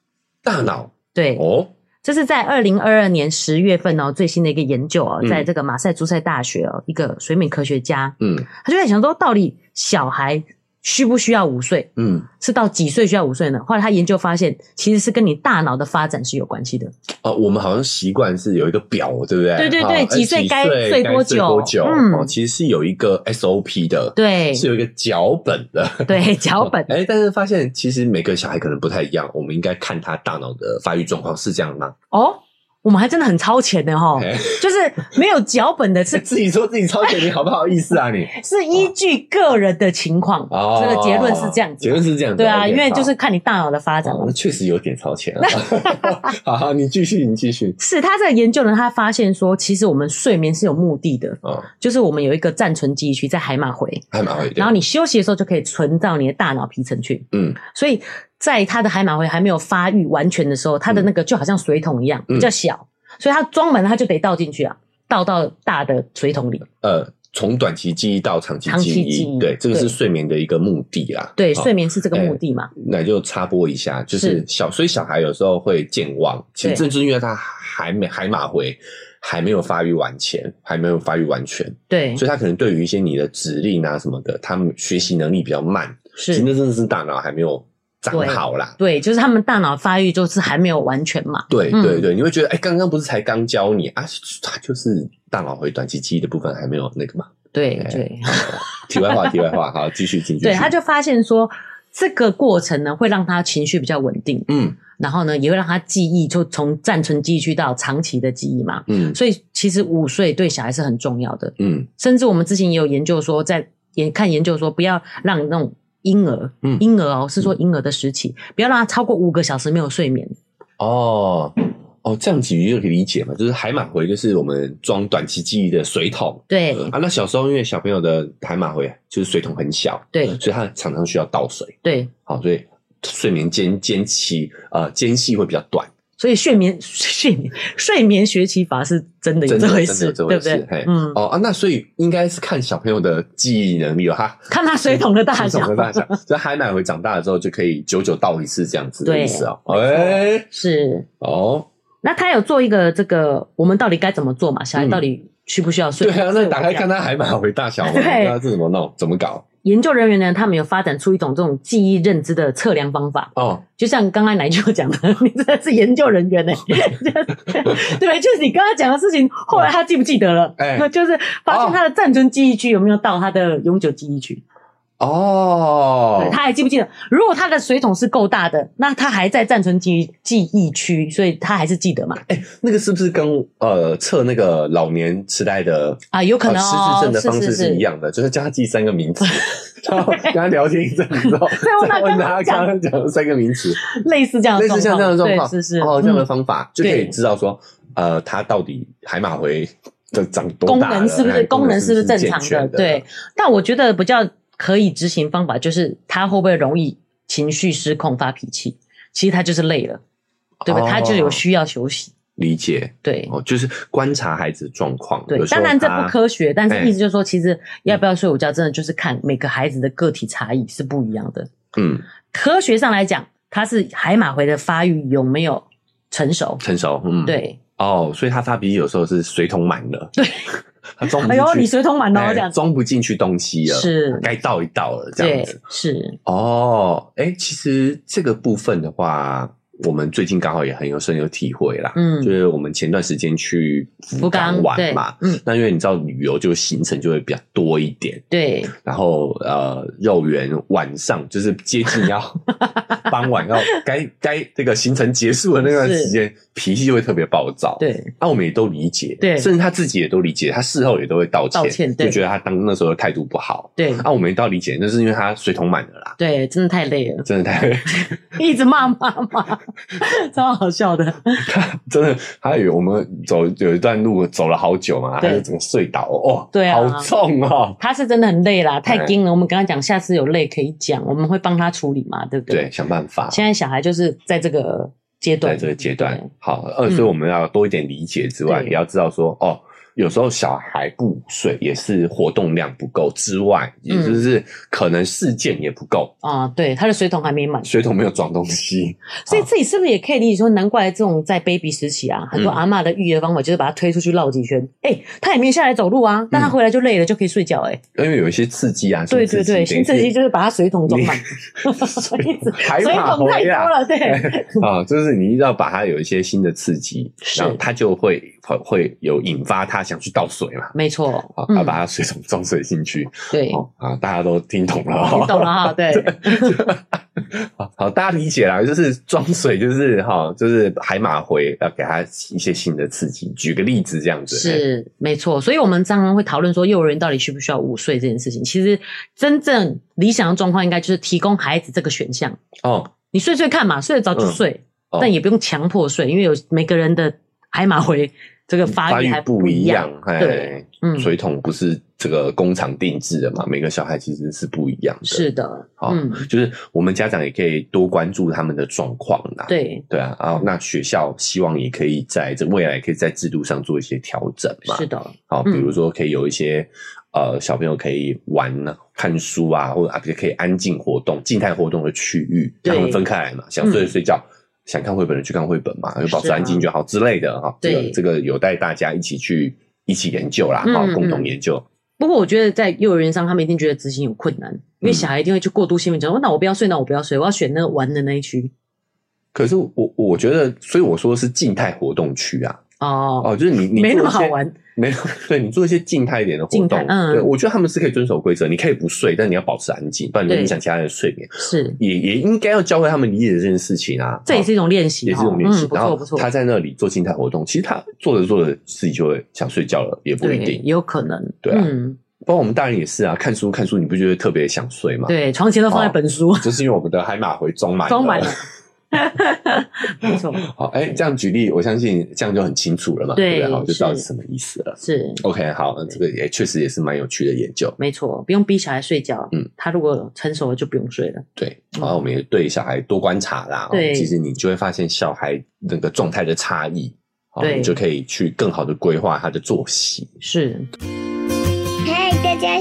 Speaker 2: 大脑
Speaker 1: 对，
Speaker 2: 哦，
Speaker 1: 这是在二零二二年十月份哦，最新的一个研究哦，
Speaker 2: 嗯
Speaker 1: 在这个马赛诸塞大学哦，一个水敏科学家，
Speaker 2: 嗯
Speaker 1: 他就在想说，到底小孩需不需要午睡？
Speaker 2: 嗯，
Speaker 1: 是到几岁需要午睡呢？后来他研究发现，其实是跟你大脑的发展是有关系的。
Speaker 2: 哦，我们好像习惯是有一个表，对不对？
Speaker 1: 对对
Speaker 2: 哦
Speaker 1: 对
Speaker 2: 哎
Speaker 1: 几
Speaker 2: 几
Speaker 1: 岁
Speaker 2: 岁
Speaker 1: 该睡
Speaker 2: 睡
Speaker 1: 多久
Speaker 2: 多久？
Speaker 1: 嗯
Speaker 2: 哦，其实是有一个 SOP 的，，
Speaker 1: 对
Speaker 2: 是有一个脚本的。
Speaker 1: 对， [laughs] 脚本
Speaker 2: 哦哎，但是发现其实每个小孩可能不太一样，我们应该看他大脑的发育状况，是这样吗？
Speaker 1: 哦。我们还真的很超前的
Speaker 2: [laughs]
Speaker 1: 哈，
Speaker 2: 哎
Speaker 1: 就是没有脚本的
Speaker 2: [laughs]
Speaker 1: 是
Speaker 2: 自己说自己超前，你好不好意思啊
Speaker 1: [laughs]
Speaker 2: 你？
Speaker 1: 是依据个人的情况，
Speaker 2: 哦，
Speaker 1: 这个结论是这样
Speaker 2: 结
Speaker 1: 子。
Speaker 2: 论是这样子，
Speaker 1: 对啊，
Speaker 2: OK，
Speaker 1: 因为就
Speaker 2: 好
Speaker 1: 是看你大脑的发展
Speaker 2: 哦
Speaker 1: 嘛
Speaker 2: 那。确实有点超前
Speaker 1: [laughs]
Speaker 2: 了。 [laughs] 好好，你继续，你继续。
Speaker 1: 是他在研究呢，他发现说，其实我们睡眠是有目的的，
Speaker 2: 哦，
Speaker 1: 就是我们有一个暂存记忆区在海马回，
Speaker 2: 还蛮会的。
Speaker 1: 然后你休息的时候就可以存到你的大脑皮层去。
Speaker 2: 嗯，
Speaker 1: 所以在他的海马回还没有发育完全的时候，他的那个就好像水桶一样，
Speaker 2: 嗯
Speaker 1: 比较小，所以他装满了他就得倒进去啊，倒到大的水桶里。
Speaker 2: 呃，从短期记忆到长期
Speaker 1: 长期
Speaker 2: 记
Speaker 1: 记忆
Speaker 2: 忆，对，这个
Speaker 1: 对
Speaker 2: 是睡眠的一个目的啦。
Speaker 1: 对，
Speaker 2: 好
Speaker 1: 睡眠是这个目的嘛？
Speaker 2: 那就插播一下，就是
Speaker 1: 是
Speaker 2: 小，所以小孩有时候会健忘，其实
Speaker 1: 对
Speaker 2: 这就是因为他还没海马回还没有发育完全，还没有发育完全，
Speaker 1: 对，
Speaker 2: 哎所以他可能对于一些你的指令啊什么的，他们学习能力比较慢，其实
Speaker 1: 是，
Speaker 2: 那真的是大脑还没有长好啦。
Speaker 1: 对，就是他们大脑发育就是还没有完全嘛。
Speaker 2: 对
Speaker 1: 嗯
Speaker 2: 对对，你会觉得哎，刚刚不是才刚教你啊？他就是大脑回短期记忆的部分还没有那个嘛。
Speaker 1: 对
Speaker 2: 哎
Speaker 1: 对
Speaker 2: 题外话，题外话，好，继续，继续。
Speaker 1: 对，他就发现说。这个过程呢，会让他情绪比较稳定，
Speaker 2: 嗯
Speaker 1: 然后呢，也会让他记忆就从暂存记忆区到长期的记忆嘛。
Speaker 2: 嗯
Speaker 1: 所以其实午睡对小孩是很重要的，
Speaker 2: 嗯
Speaker 1: 甚至我们之前也有研究说，在也看研究说，不要让那种婴儿，
Speaker 2: 嗯
Speaker 1: 婴儿哦，是说婴儿的时期，不要让他超过五个小时没有睡眠。
Speaker 2: 哦哦，这样子就可以理解嘛，就是海马回就是我们装短期记忆的水桶
Speaker 1: 对
Speaker 2: 啊。那小时候因为小朋友的海马回啊就是水桶很小，
Speaker 1: 对
Speaker 2: 所以他常常需要倒水，
Speaker 1: 对，
Speaker 2: 好，所以睡眠间间期呃间隙会比较短，
Speaker 1: 所以睡眠睡眠睡眠学习法是真的有
Speaker 2: 真的
Speaker 1: 这回
Speaker 2: 真的
Speaker 1: 事，
Speaker 2: 有这
Speaker 1: 对
Speaker 2: 回
Speaker 1: 不
Speaker 2: 事，
Speaker 1: 对
Speaker 2: 嘿？，
Speaker 1: 嗯，
Speaker 2: 哦啊，那所以应该是看小朋友的记忆能力了哦哈，
Speaker 1: 看他水桶的大
Speaker 2: 水
Speaker 1: 小
Speaker 2: 桶的大小，所以海马回长大了之后就可以久久倒一次这样子的
Speaker 1: 对
Speaker 2: 意思哦，
Speaker 1: 没错
Speaker 2: 哎、
Speaker 1: 是。
Speaker 2: 哦。
Speaker 1: 那他有做一个这个，我们到底该怎么做嘛？小孩
Speaker 2: 嗯
Speaker 1: 到底需不需要睡？
Speaker 2: 对啊，那
Speaker 1: 睡
Speaker 2: 打开
Speaker 1: 午觉
Speaker 2: 看他海马回大小嘛，
Speaker 1: 对
Speaker 2: 那这怎么弄？怎么搞？
Speaker 1: 研究人员呢，他们有发展出一种这种记忆认知的测量方法，
Speaker 2: 哦，
Speaker 1: 就像刚刚奶舅讲的， [laughs] 你真的是研究人
Speaker 2: [laughs]
Speaker 1: 员呢、对，就是你刚刚讲的事情，后来他记不记得了？
Speaker 2: 哎
Speaker 1: 那就是发现他的暂存记忆区有没有到他的永久记忆区，
Speaker 2: 哦
Speaker 1: 对，，他还记不记得？如果他的水桶是够大的，那他还在暂存记忆记忆区，所以他还是记得嘛？
Speaker 2: 那个是不是跟呃测那个老年痴呆的
Speaker 1: 啊，有可能
Speaker 2: 呃
Speaker 1: 哦，
Speaker 2: 失智症的方式
Speaker 1: 是
Speaker 2: 是一。样的？就是叫他记三个
Speaker 1: [laughs]
Speaker 2: 名词，然后跟他聊天一阵子之后，
Speaker 1: 我
Speaker 2: 再
Speaker 1: 刚
Speaker 2: 问
Speaker 1: 刚
Speaker 2: 他
Speaker 1: 讲
Speaker 2: 刚刚讲的三个名词，
Speaker 1: 是是类似这样的
Speaker 2: 类似像这样的状况，
Speaker 1: 对是是
Speaker 2: 哦，这样的
Speaker 1: 嗯
Speaker 2: 方法就可以
Speaker 1: 对
Speaker 2: 知道说，呃，他到底海马回的长多
Speaker 1: 功
Speaker 2: 大了，
Speaker 1: 能是不
Speaker 2: 哎
Speaker 1: 是功能是不是正常
Speaker 2: 健
Speaker 1: 的？
Speaker 2: 全
Speaker 1: 对，，但我觉得比较可以执行方法就是他会不会容易情绪失控发脾气？其实他就是累了，对吧？
Speaker 2: 哦
Speaker 1: 他就有需要休息，
Speaker 2: 理解
Speaker 1: 对。
Speaker 2: 哦，就是观察孩子的状况。
Speaker 1: 对
Speaker 2: 有，时候
Speaker 1: 当然这
Speaker 2: 他
Speaker 1: 不科学，但
Speaker 2: 哎
Speaker 1: 是意思就是说，其实要不要睡午觉，真的就是看每个孩子的个体差异是不一样的。
Speaker 2: 嗯
Speaker 1: 科学上来讲，它是海马回的发育有没有成熟？
Speaker 2: 成熟，嗯，。
Speaker 1: 对，
Speaker 2: 哦，所以他发脾气有时候是水桶满了，对， [laughs] 他装不
Speaker 1: 哎
Speaker 2: 进
Speaker 1: 呦，
Speaker 2: 去，
Speaker 1: 你水桶满
Speaker 2: 嗯哎
Speaker 1: 了，这样子
Speaker 2: 装不进去东西了，
Speaker 1: 是，
Speaker 2: 该倒一倒了，这样
Speaker 1: 对
Speaker 2: 子。，
Speaker 1: 是，
Speaker 2: 哦，哎，其实这个部分的话，我们最近刚好也很有深有体会啦，
Speaker 1: 嗯
Speaker 2: 就，是我们前段时间去福
Speaker 1: 福
Speaker 2: 冈
Speaker 1: 冈
Speaker 2: 玩
Speaker 1: 对
Speaker 2: 嘛，，
Speaker 1: 嗯，
Speaker 2: 那因为你知道旅游就行程就会比较多一点，
Speaker 1: 对，
Speaker 2: 然后呃，肉圆晚上就是接近
Speaker 1: [laughs]
Speaker 2: 要傍晚要该该这个行程结束的那段
Speaker 1: 是
Speaker 2: 时间，脾气就会特别暴躁，
Speaker 1: 对，
Speaker 2: 那、我们也都理解，
Speaker 1: 对
Speaker 2: 甚至他自己也都理解，他事后也都会道歉，
Speaker 1: 道歉对
Speaker 2: 就觉得他当那时候的态度不好。
Speaker 1: 对
Speaker 2: 那、我们也都理解，那是因为他水桶满了啦，
Speaker 1: 对，真的太累了，
Speaker 2: 真的 [laughs] 太，
Speaker 1: [laughs] 一直骂骂 [laughs] 骂，超好笑的。
Speaker 2: 他真的，他有我们走有一段路走了好久嘛，他
Speaker 1: 对
Speaker 2: 就整个睡倒哦，
Speaker 1: 对啊
Speaker 2: 好重哦，
Speaker 1: 他是真的很累啦，太
Speaker 2: 哎
Speaker 1: 硬了。我们刚刚讲，下次有累可以讲，我们会帮他处理嘛，对不对？
Speaker 2: 对，。想办法。
Speaker 1: 现在小孩就是在这个阶段，
Speaker 2: 在这个阶段
Speaker 1: 对，
Speaker 2: 好，呃，
Speaker 1: 嗯
Speaker 2: 所以我们要多一点理解之外，
Speaker 1: 对
Speaker 2: 也要知道说，哦，有时候小孩不睡也是活动量不够之外，也
Speaker 1: 嗯
Speaker 2: 就是可能事件也不够，
Speaker 1: 啊、对，他的水桶还没满，
Speaker 2: 水桶没有装东西，
Speaker 1: 所以自己是不是也可以理解说，难怪这种在 baby 时期啊，很多
Speaker 2: 嗯
Speaker 1: 阿嬷的育儿方法就是把他推出去绕几圈，哎、他也没下来走路
Speaker 2: 嗯
Speaker 1: 啊，但他回来就累了，就可以睡觉、哎、
Speaker 2: 因为有一些刺激啊，
Speaker 1: 对
Speaker 2: 新
Speaker 1: 对对，新刺激就是把他水桶装满， [laughs]
Speaker 2: 你
Speaker 1: 一直
Speaker 2: 海
Speaker 1: 水
Speaker 2: 马
Speaker 1: 桶
Speaker 2: 回
Speaker 1: 太
Speaker 2: 啊
Speaker 1: 多了，对，
Speaker 2: 啊、 [laughs] 就是你要把它有一些新的刺激，
Speaker 1: 是
Speaker 2: 然后它就会会会有引发它想去倒水嘛，
Speaker 1: 没错
Speaker 2: 啊，，
Speaker 1: 嗯
Speaker 2: 把，它水桶 [laughs] 装水进去，
Speaker 1: 对，
Speaker 2: 哦啊，大家都听懂了、哦，
Speaker 1: 你懂了哈，对，
Speaker 2: 好，好，大家理解啦，就是装水，就是哈，就是海马回要给他一些新的刺激。举个例子，这样子
Speaker 1: 是没错，所以我们常常会讨论说，幼儿园到底需不需要午睡这件事情。其实真正理想的状况，应该就是提供孩子这个选项，
Speaker 2: 哦
Speaker 1: 你睡睡看嘛，睡得着就睡，
Speaker 2: 哦，
Speaker 1: 但也不用强迫睡，因为有每个人的海马回这个
Speaker 2: 发
Speaker 1: 发育还
Speaker 2: 不
Speaker 1: 一
Speaker 2: 样，
Speaker 1: 对
Speaker 2: 哎，
Speaker 1: 嗯，
Speaker 2: 水桶不是这个工厂定制的嘛？每个小孩其实是不一样的，
Speaker 1: 是的，
Speaker 2: 好
Speaker 1: 嗯，
Speaker 2: 就是我们家长也可以多关注他们的状况啦。
Speaker 1: 对，
Speaker 2: 对啊，啊，那学校希望也可以在这未来可以在制度上做一些调整嘛。
Speaker 1: 是的，
Speaker 2: 好，比
Speaker 1: 嗯
Speaker 2: 如说可以有一些、呃小朋友可以玩呢、看书啊，或者啊，比如可以安静活动、静态活动的区域，
Speaker 1: 对嗯
Speaker 2: 让他们分开来嘛，想睡就睡觉。想看绘本的去看绘本嘛，就保持
Speaker 1: 是啊
Speaker 2: 安静就好之类的哈。这
Speaker 1: 对
Speaker 2: 个这个有待大家一起去一起研究啦，
Speaker 1: 嗯
Speaker 2: 哈，
Speaker 1: 嗯
Speaker 2: 共同研究。
Speaker 1: 不过我觉得在幼儿园上，他们一定觉得执行有困难，因为
Speaker 2: 嗯
Speaker 1: 小孩一定会去过度兴奋，讲说那我不要睡，那我不要睡，我要选那个玩的那一区。
Speaker 2: 可是我我觉得，所以我说是静态活动区啊，
Speaker 1: 哦，
Speaker 2: 哦，就是你你
Speaker 1: 没那么
Speaker 2: 做一
Speaker 1: 好
Speaker 2: 些
Speaker 1: 玩。
Speaker 2: 没有，对你做一些静态一点的活
Speaker 1: 静
Speaker 2: 动
Speaker 1: 态，嗯
Speaker 2: 对我觉得他们是可以遵守规则，你可以不睡，但你要保持安静，不然你会
Speaker 1: 对
Speaker 2: 影响其他人的睡眠。
Speaker 1: 是，
Speaker 2: 也也应该要教会他们理解这件事情啊，
Speaker 1: 这也是一种练习，
Speaker 2: 也是一种
Speaker 1: 哦
Speaker 2: 练习。
Speaker 1: 嗯，不
Speaker 2: 然
Speaker 1: 错
Speaker 2: 后
Speaker 1: 不错。
Speaker 2: 他在那里做静态活动，其实他做着做着自己就会想睡觉了，也不一
Speaker 1: 对，
Speaker 2: 定。
Speaker 1: 有可能。
Speaker 2: 对啊
Speaker 1: 嗯，
Speaker 2: 包括我们大人也是啊，看书看书，你不觉得特别想睡吗？，
Speaker 1: 对，床前都放在本书，
Speaker 2: 就是因为我们的海马回装满
Speaker 1: [laughs] 装满了。没错，
Speaker 2: [laughs] 好，哎、这样举例，我相信这样就很清楚了嘛，
Speaker 1: 对
Speaker 2: 不对？好，就是知道是什么意思了。
Speaker 1: 是
Speaker 2: OK，好，那这个也确实也是蛮有趣的研究。
Speaker 1: 没错，不用逼小孩睡觉。
Speaker 2: 嗯，
Speaker 1: 他如果成熟了就不用睡了。
Speaker 2: 对，
Speaker 1: 嗯
Speaker 2: 然后我们也对小孩多观察啦，哦
Speaker 1: 对
Speaker 2: 其实你就会发现小孩那个状态的差异，哦
Speaker 1: 对
Speaker 2: 你就可以去更好的规划他的作息。
Speaker 1: 是，
Speaker 3: 嗨，大家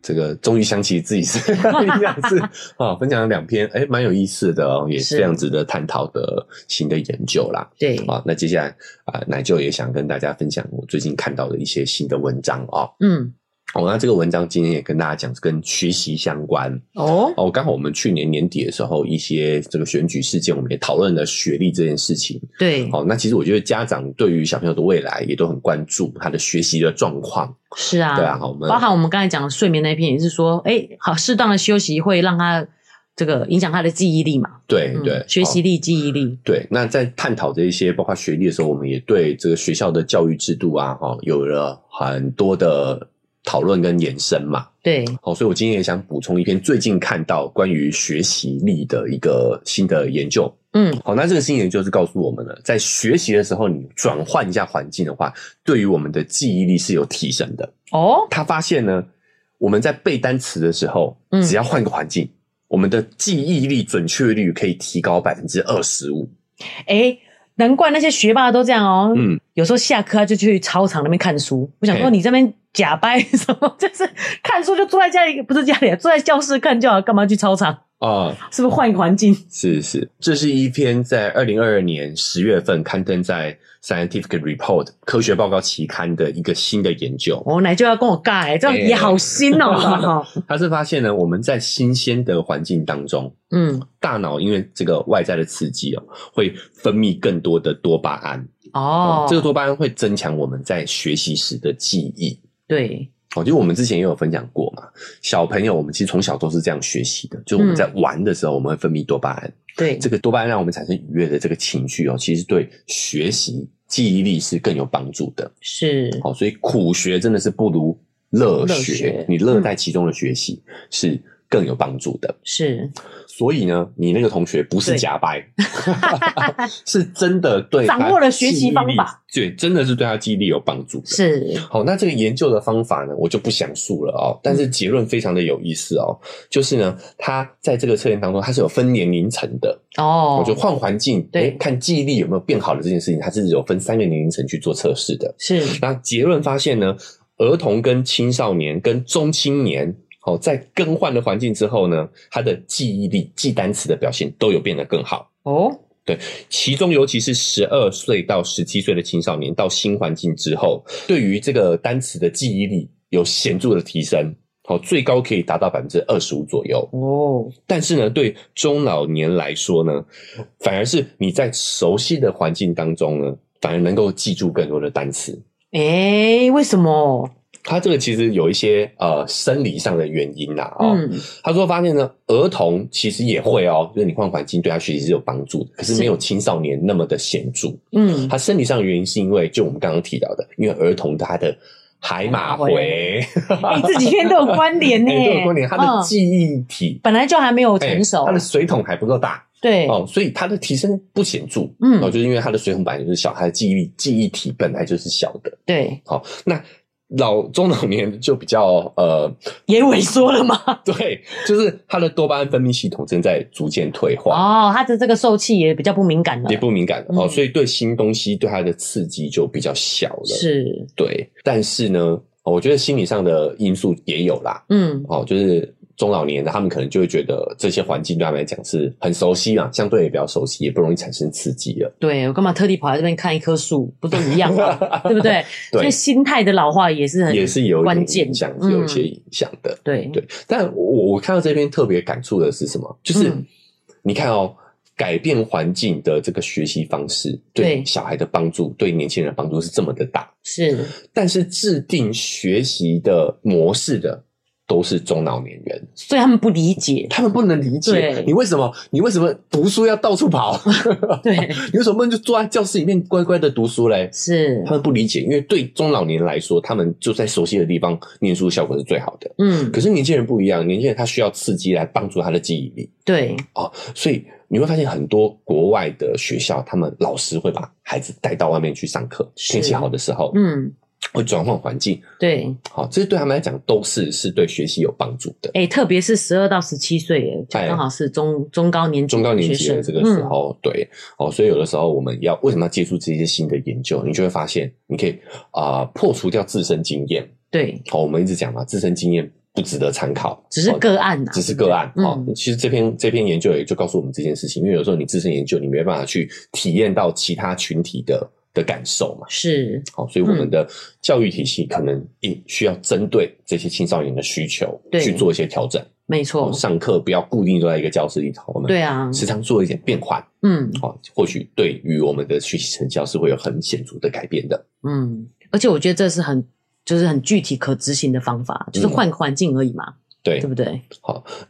Speaker 2: 这个终于想起自己是 [laughs] 营养师啊、哦，分享了两篇，哎，蛮有意思的哦，也
Speaker 1: 是
Speaker 2: 是非常值得探讨的新的研究啦。
Speaker 1: 对，
Speaker 2: 啊，那接下来啊、奶舅也想跟大家分享我最近看到的一些新的文章哦。
Speaker 1: 嗯，
Speaker 2: 哦，那这个文章今天也跟大家讲，是跟学习相关
Speaker 1: 哦，
Speaker 2: 哦。刚好我们去年年底的时候，一些这个选举事件，我们也讨论了学历这件事情。
Speaker 1: 对，
Speaker 2: 哦，那其实我觉得家长对于小朋友的未来也都很关注他的学习的状况。
Speaker 1: 是啊，
Speaker 2: 对啊，好，我们
Speaker 1: 包含我们刚才讲的睡眠那一篇，也是说，哎，好，适当的休息会让他这个影响他的记忆力嘛，
Speaker 2: 对
Speaker 1: 嗯
Speaker 2: 对、
Speaker 1: 学习
Speaker 2: 哦
Speaker 1: 力、记忆力，
Speaker 2: 对，那在探讨这一些包括学历的时候，我们也对这个学校的教育制度啊，哈、哦，有了很多的讨论跟延伸嘛。
Speaker 1: 对，
Speaker 2: 好，所以我今天也想补充一篇最近看到关于学习力的一个新的研究。哦
Speaker 1: 嗯，
Speaker 2: 好，那这个新研究是告诉我们了，在学习的时候，你转换一下环境的话，对于我们的记忆力是有提升的。
Speaker 1: 哦，
Speaker 2: 他发现呢，我们在背单词的时候
Speaker 1: 嗯，
Speaker 2: 只要换个环境，我们的记忆力准确率可以提高百分之二十五。
Speaker 1: 哎，难怪那些学霸都这样哦，
Speaker 2: 嗯，
Speaker 1: 有时候下课他就去操场那边看书。我想说，
Speaker 2: 嘿
Speaker 1: 你这边假掰什么？就是看书就坐在家里，不是家里，坐在教室看就好，干嘛去操场？
Speaker 2: 啊、
Speaker 1: 是不是换一个环境？
Speaker 2: 是是，这是一篇在二零二二年十月份刊登在《Scientific Report》科学报告期刊的一个新的研究。
Speaker 1: 我哦奶就要跟我尬、欸，这
Speaker 2: 哎
Speaker 1: 样也好新哦、
Speaker 2: 他是发现呢，我们在新鲜的环境当中，
Speaker 1: 嗯，
Speaker 2: 大脑因为这个外在的刺激哦，会分泌更多的多巴胺
Speaker 1: 哦，
Speaker 2: 这个多巴胺会增强我们在学习时的记忆。
Speaker 1: 对，
Speaker 2: 哦，就我们之前也有分享过嘛，小朋友我们其实从小都是这样学习的，就我们在
Speaker 1: 嗯
Speaker 2: 玩的时候，我们会分泌多巴胺，
Speaker 1: 对，
Speaker 2: 这个多巴胺让我们产生愉悦的这个情绪哦，其实对学习记忆力是更有帮助的。
Speaker 1: 是
Speaker 2: 哦，所以苦学真的是不如乐
Speaker 1: 乐
Speaker 2: 学，
Speaker 1: 学嗯
Speaker 2: 你乐在其中的学习是更有帮助的。
Speaker 1: 是，
Speaker 2: 所以呢，你那个同学不是
Speaker 1: 对 [laughs]
Speaker 2: 假掰，是真的对他
Speaker 1: 掌握了学习方法
Speaker 2: 记忆力，对，真的是对他记忆力有帮助的。
Speaker 1: 是，
Speaker 2: 好，那这个研究的方法呢，我就不详述了哦。但是
Speaker 1: 嗯
Speaker 2: 结论非常的有意思哦，就是呢，它在这个测验当中，它是有分年龄层的。
Speaker 1: 哦
Speaker 2: 我，觉得换环境，
Speaker 1: 对
Speaker 2: 诶看记忆力有没有变好的这件事情，它是有分三个年龄层去做测试的。
Speaker 1: 是
Speaker 2: 那结论发现呢，儿童跟青少年跟中青年，哦，在更换的环境之后呢，他的记忆力、记单词的表现都有变得更好。
Speaker 1: 哦，
Speaker 2: 其中尤其是十二岁到十七岁的青少年到新环境之后，对于这个单词的记忆力有显著的提升，好，最高可以达到百分之二十五左右。
Speaker 1: 哦，
Speaker 2: 但是呢，对中老年来说呢，反而是你在熟悉的环境当中呢，反而能够记住更多的单词。
Speaker 1: 哎，为什么？
Speaker 2: 它这个其实有一些呃生理上的原因啦、哦，
Speaker 1: 嗯，
Speaker 2: 他说发现呢，儿童其实也会哦，就是你换环境对他学习是有帮助的，可是
Speaker 1: 是
Speaker 2: 没有青少年那么的显著。
Speaker 1: 嗯，
Speaker 2: [laughs] 他生理上的原因是因为，就我们刚刚提到的，因为儿童他的海马回，
Speaker 1: 哎，自己圈都有关联呢，
Speaker 2: [laughs] 哎都有关联，他的
Speaker 1: 嗯
Speaker 2: 记忆体。
Speaker 1: 本来就还没有
Speaker 2: 哎
Speaker 1: 成熟
Speaker 2: 他，的水桶还不够大
Speaker 1: 对，
Speaker 2: 哦，所以他的提升不显著。
Speaker 1: 嗯
Speaker 2: 哦，就是因为他的水桶本来就是小，他的记忆力记忆体本来就是小的。
Speaker 1: 对，
Speaker 2: 好、那老中老年就比较
Speaker 1: [laughs]
Speaker 2: 呃，
Speaker 1: 也萎缩了
Speaker 2: [laughs]
Speaker 1: 嘛。
Speaker 2: 对，就是他的多巴胺分泌系统正在逐渐退化。
Speaker 1: 哦，他的这个受气也比较不敏感了
Speaker 2: 也，不敏感了、哦，
Speaker 1: 嗯
Speaker 2: 所以对新东西对他的刺激就比较小了。
Speaker 1: 是，
Speaker 2: 对，但是呢，哦我觉得心理上的因素也有啦。
Speaker 1: 嗯，
Speaker 2: 哦，就是中老年的他们可能就会觉得这些环境对他们来讲是很熟悉啊，相对也比较熟悉，也不容易产生刺激了。
Speaker 1: 对我干嘛特地跑来这边看一棵树，不都一样
Speaker 2: [laughs]
Speaker 1: 吗？对不对？
Speaker 2: 对
Speaker 1: 所以心态的老化也是很
Speaker 2: 也是有一
Speaker 1: 嗯关
Speaker 2: 点
Speaker 1: 键
Speaker 2: 影响，
Speaker 1: 嗯
Speaker 2: 有一些影响的。
Speaker 1: 对
Speaker 2: 对，但我我看到这边特别感触的是什么？就是、
Speaker 1: 嗯
Speaker 2: 你看哦，改变环境的这个学习方式，对
Speaker 1: 对
Speaker 2: 小孩的帮助，对年轻人的帮助是这么的大。
Speaker 1: 是
Speaker 2: 但是制定学习的模式的都是中老年人，
Speaker 1: 所以他们不理解，
Speaker 2: 他们不能理解
Speaker 1: 对
Speaker 2: 你为什么你为什么读书要到处跑， [laughs]
Speaker 1: 对，
Speaker 2: 你为什么不能就坐在教室里面乖乖的读书嘞？
Speaker 1: 是
Speaker 2: 他，们不理解，因为对中老年来说，他们就在熟悉的地方念书效果是最好的。
Speaker 1: 嗯，
Speaker 2: 可是年轻人不一样，年轻人他需要刺激来帮助他的记忆力
Speaker 1: 对，
Speaker 2: 哦，所以你会发现很多国外的学校，他们老师会把孩子带到外面去上课，
Speaker 1: 是
Speaker 2: 天气好的时候，
Speaker 1: 嗯，
Speaker 2: 会转换环境，
Speaker 1: 对，
Speaker 2: 好、这对他们来讲都是是对学习有帮助的。
Speaker 1: 哎，特别是十二到十七岁，哎，就
Speaker 2: 哎
Speaker 1: 刚好是中中高年级
Speaker 2: 中高年
Speaker 1: 学
Speaker 2: 级的
Speaker 1: 生嗯
Speaker 2: 这个时，候，对哦，所以有的时候我们要为什么要接触这些新的研究？你就会发现，你可以啊、破除掉自身经验。
Speaker 1: 嗯对，
Speaker 2: 哦，我们一直讲嘛，自身经验不值得参考，
Speaker 1: 只是
Speaker 2: 哦
Speaker 1: 个案呐，
Speaker 2: 只是个案
Speaker 1: 嗯
Speaker 2: 哦。其实这篇这篇研究也就告诉我们这件事情，因为有时候你自身研究，你没办法去体验到其他群体的的感受嘛。
Speaker 1: 是，
Speaker 2: 好、所以我
Speaker 1: 嗯
Speaker 2: 们的教育体系可能也需要针对这些青少年的需求
Speaker 1: 对
Speaker 2: 去做一些调整。
Speaker 1: 没
Speaker 2: 哦
Speaker 1: 错，
Speaker 2: 上课不要固定都在一个教室里头，我们
Speaker 1: 对啊，
Speaker 2: 时常做一点变换，
Speaker 1: 嗯
Speaker 2: 哦，或许对于我们的学习成效是会有很显著的改变的。
Speaker 1: 嗯，而且我觉得这是很就是很具体可执行的方法，就是
Speaker 2: 嗯
Speaker 1: 换个环境而已嘛，
Speaker 2: 对
Speaker 1: 对，不对？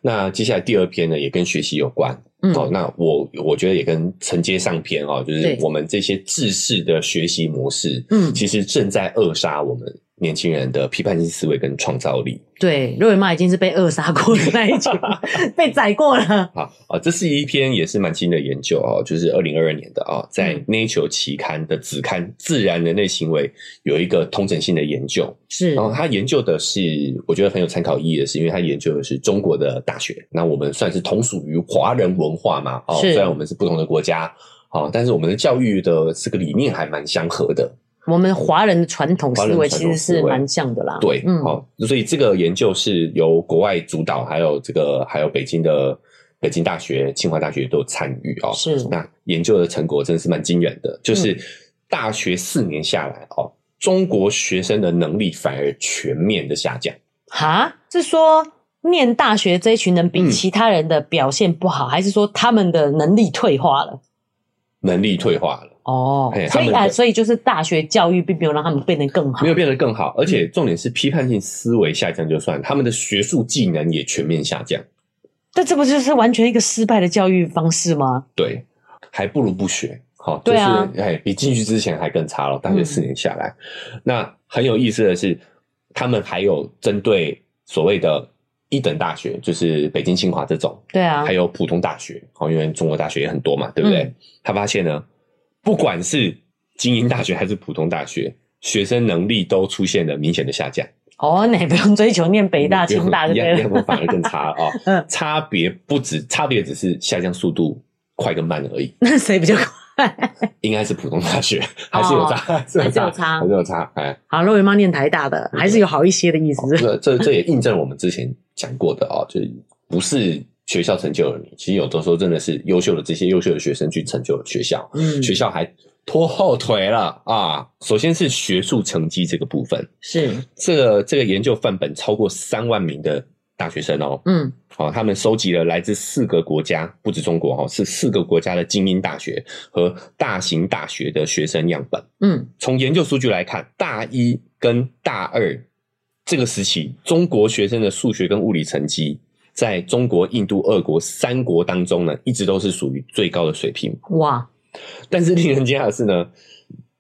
Speaker 2: 那接下来第二篇呢，也跟学习有关。
Speaker 1: 嗯，
Speaker 2: 哦，那我我觉得也跟承接上篇哦，就是
Speaker 1: 对
Speaker 2: 我们这些制式的学习模式，
Speaker 1: 嗯
Speaker 2: 其实正在扼杀我们年轻人的批判性思维跟创造力。
Speaker 1: 对，肉圆妈已经是被扼杀过的那一种， [laughs] 被宰过了。
Speaker 2: 好啊，这是一篇也是蛮新的研究哦，就是二零二二年的哦，在
Speaker 1: 嗯
Speaker 2: Nature 期刊的子刊《自然人类行为》有一个通整性的研究，
Speaker 1: 是
Speaker 2: 然，后他研究的是，我觉得很有参考意义的是，因为他研究的是中国的大学，那我们算是同属于华人文化嘛，哦，
Speaker 1: 是
Speaker 2: 虽然我们是不同的国家，哦，但是我们的教育的这个理念还蛮相合的，
Speaker 1: 我们华人的传统思
Speaker 2: 华人
Speaker 1: 维
Speaker 2: 传
Speaker 1: 其
Speaker 2: 统
Speaker 1: 实
Speaker 2: 思维
Speaker 1: 是蛮像的啦。
Speaker 2: 对，
Speaker 1: 嗯，
Speaker 2: 哦，所以这个研究是由国外主导，还有这个还有北京的北京大学、清华大学都有参与哦，
Speaker 1: 是嗯
Speaker 2: 那研究的成果真的是蛮惊人的，就是大学四年下来哦，中国学生的能力反而全面的下降。
Speaker 1: 哈，是说念大学这一群人
Speaker 2: 嗯
Speaker 1: 比其他人的表现不好，还是说他们的能力退化了？
Speaker 2: 能力退化了，
Speaker 1: 哦
Speaker 2: 嘿，
Speaker 1: 所
Speaker 2: 他
Speaker 1: 以
Speaker 2: 们的
Speaker 1: 啊，所以就是大学教育并没有让他们变得更好
Speaker 2: 没。有变得更好，而且重点是批判性思维下降就算，他们的学术技能也全面下降。
Speaker 1: 但这不就是完全一个失败的教育方式吗？
Speaker 2: 对，还不如不学。好、就
Speaker 1: 对
Speaker 2: 是
Speaker 1: 啊
Speaker 2: 哎，比进去之前还更差了。大学四年下来，
Speaker 1: 嗯
Speaker 2: 那很有意思的是，他们还有针对所谓的一等大学，就是北京清华这种，
Speaker 1: 对啊
Speaker 2: 还，有普通大学，好，因为中国大学也很多嘛，对不对？
Speaker 1: 嗯
Speaker 2: 他发现呢，不管是精英大学还是普通大学，学生能力都出现了明显的下降。
Speaker 1: 哦，那也不用追求念北大、清大就
Speaker 2: 一
Speaker 1: 对
Speaker 2: 样一样
Speaker 1: 了。
Speaker 2: 反而更差啊、哦
Speaker 1: [laughs] 嗯。
Speaker 2: 差别不止，差别只是下降速度快跟慢而已。
Speaker 1: [laughs] 那谁比较快？
Speaker 2: 应该是普通大学，还是有差，还是
Speaker 1: 哦 [laughs] 还是有差
Speaker 2: 还是有差。哎，哦啊
Speaker 1: 好，肉圆妈念台大的，还是有好一些的意思。
Speaker 2: 这这这也印证了我们之前讲过的哦，就是不是学校成就了你，其实有的时候真的是优秀的这些优秀的学生去成就了学校。
Speaker 1: 嗯，
Speaker 2: 学校还拖后腿了啊！首先是学术成绩这个部分，
Speaker 1: 是，
Speaker 2: 这个这个研究范本超过三万名的大学生哦，
Speaker 1: 嗯
Speaker 2: 好、他们收集了来自四个国家，不止中国哦，是四个国家的精英大学和大型大学的学生样本。
Speaker 1: 嗯
Speaker 2: 从研究数据来看，大一跟大二这个时期，中国学生的数学跟物理成绩。在中国、印度、俄国三国当中呢，一直都是属于最高的水平。
Speaker 1: 哇，
Speaker 2: 但是令人惊讶的是呢，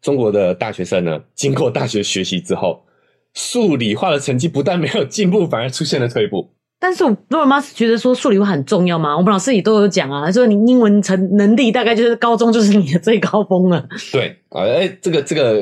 Speaker 2: 中国的大学生呢，经过大学学习之后，数理化的成绩不但没有进步，反而出现了退步。
Speaker 1: 但是我罗尔妈是觉得说数理化很重要嘛，我们老师也都有讲啊，说你英文成能力大概就是高中就是你的最高峰了。
Speaker 2: 对，啊，哎，这个这个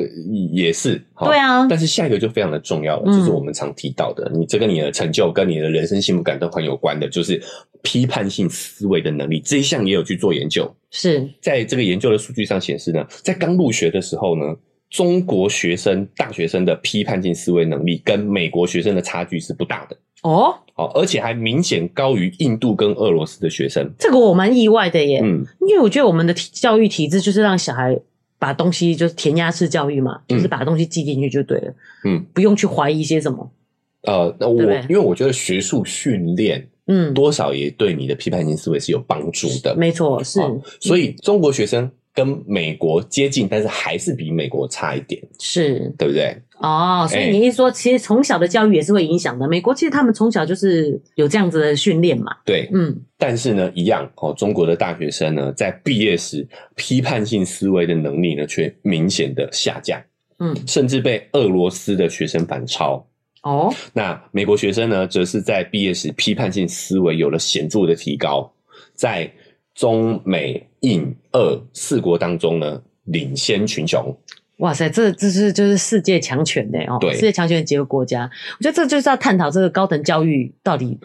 Speaker 2: 也是，好
Speaker 1: 对啊
Speaker 2: 但是下一个就非常的重要了，
Speaker 1: 嗯
Speaker 2: 就是我们常提到的，你这跟你的成就、跟你的人生幸福感都很有关的，就是批判性思维的能力。这一项也有去做研究，
Speaker 1: 是，
Speaker 2: 在这个研究的数据上显示呢，在刚入学的时候呢，中国学生大学生的批判性思维能力跟美国学生的差距是不大的，
Speaker 1: 哦，
Speaker 2: 哦，而且还明显高于印度跟俄罗斯的学生。
Speaker 1: 这个我蛮意外的耶，
Speaker 2: 嗯，
Speaker 1: 因为我觉得我们的体教育体制就是让小孩把东西就是填鸭式教育嘛，就是把东西记进去就对了，
Speaker 2: 嗯，
Speaker 1: 不用去怀疑些什么，
Speaker 2: 呃，那我
Speaker 1: 对不对
Speaker 2: 因为我觉得学术训练
Speaker 1: 嗯，
Speaker 2: 多少也对你的批判性思维是有帮助的，
Speaker 1: 没错，是、
Speaker 2: 好所以中国学生跟美国接近，但是还是比美国差一点，
Speaker 1: 是
Speaker 2: 对不对？
Speaker 1: 哦，
Speaker 2: 哎
Speaker 1: 所以你一说，其实从小的教育也是会影响的。美国其实他们从小就是有这样子的训练嘛，
Speaker 2: 对，
Speaker 1: 嗯，
Speaker 2: 但是呢，一样哦，中国的大学生呢，在毕业时批判性思维的能力呢，却明显的下降，
Speaker 1: 嗯，
Speaker 2: 甚至被俄罗斯的学生反超。
Speaker 1: 哦，
Speaker 2: 那美国学生呢，则是在毕业时批判性思维有了显著的提高，在中美印俄四国当中呢，领先群雄。
Speaker 1: 哇塞，这这是就是世界强权呢、哦，
Speaker 2: 对
Speaker 1: 世界强权几个国家，我觉得这就是要探讨这个高等教育到底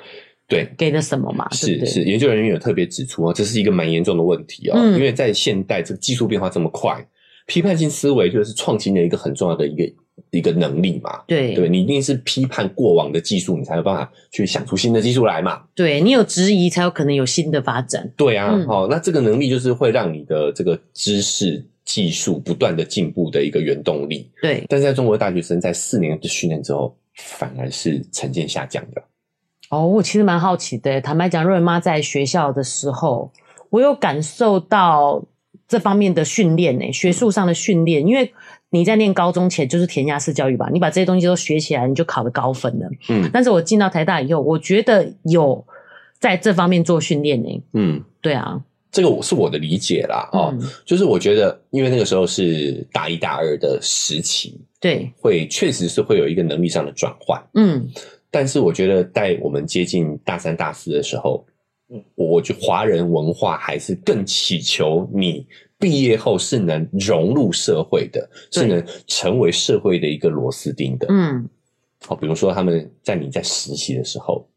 Speaker 2: 对，
Speaker 1: 给了什么嘛，对不
Speaker 2: 是
Speaker 1: 对
Speaker 2: 是，研究人员有特别指出啊，这是一个蛮严重的问题啊、
Speaker 1: 嗯
Speaker 2: 因为在现代这个技术变化这么快，批判性思维就是创新的一个很重要的一个一个能力嘛。
Speaker 1: 对
Speaker 2: 对，你一定是批判过往的技术，你才有办法去想出新的技术来嘛。
Speaker 1: 对你有质疑，才有可能有新的发展。
Speaker 2: 对啊，
Speaker 1: 嗯
Speaker 2: 哦，那这个能力就是会让你的这个知识技术不断的进步的一个原动力。
Speaker 1: 对，
Speaker 2: 但是在中国的大学生在四年的训练之后，反而是呈现下降的。
Speaker 1: 哦，我其实蛮好奇的。坦白讲，瑞文妈在学校的时候，我有感受到这方面的训练呢、学术上的训练，因为。你在念高中前就是填鸭式教育吧，你把这些东西都学起来，你就考得高分了。
Speaker 2: 嗯
Speaker 1: 但是我进到台大以后，我觉得有在这方面做训练呢、
Speaker 2: 嗯，
Speaker 1: 对啊，
Speaker 2: 这个我是我的理解啦，哦。
Speaker 1: 嗯，
Speaker 2: 就是我觉得，因为那个时候是大一大二的时期，
Speaker 1: 对，
Speaker 2: 会确实是会有一个能力上的转换。
Speaker 1: 嗯，
Speaker 2: 但是我觉得，在我们接近大三大四的时候，我觉得华人文化还是更祈求你毕业后是能融入社会的，
Speaker 1: 对
Speaker 2: 是能成为社会的一个螺丝钉的。
Speaker 1: 嗯，
Speaker 2: 好，比如说他们在你在实习的时候，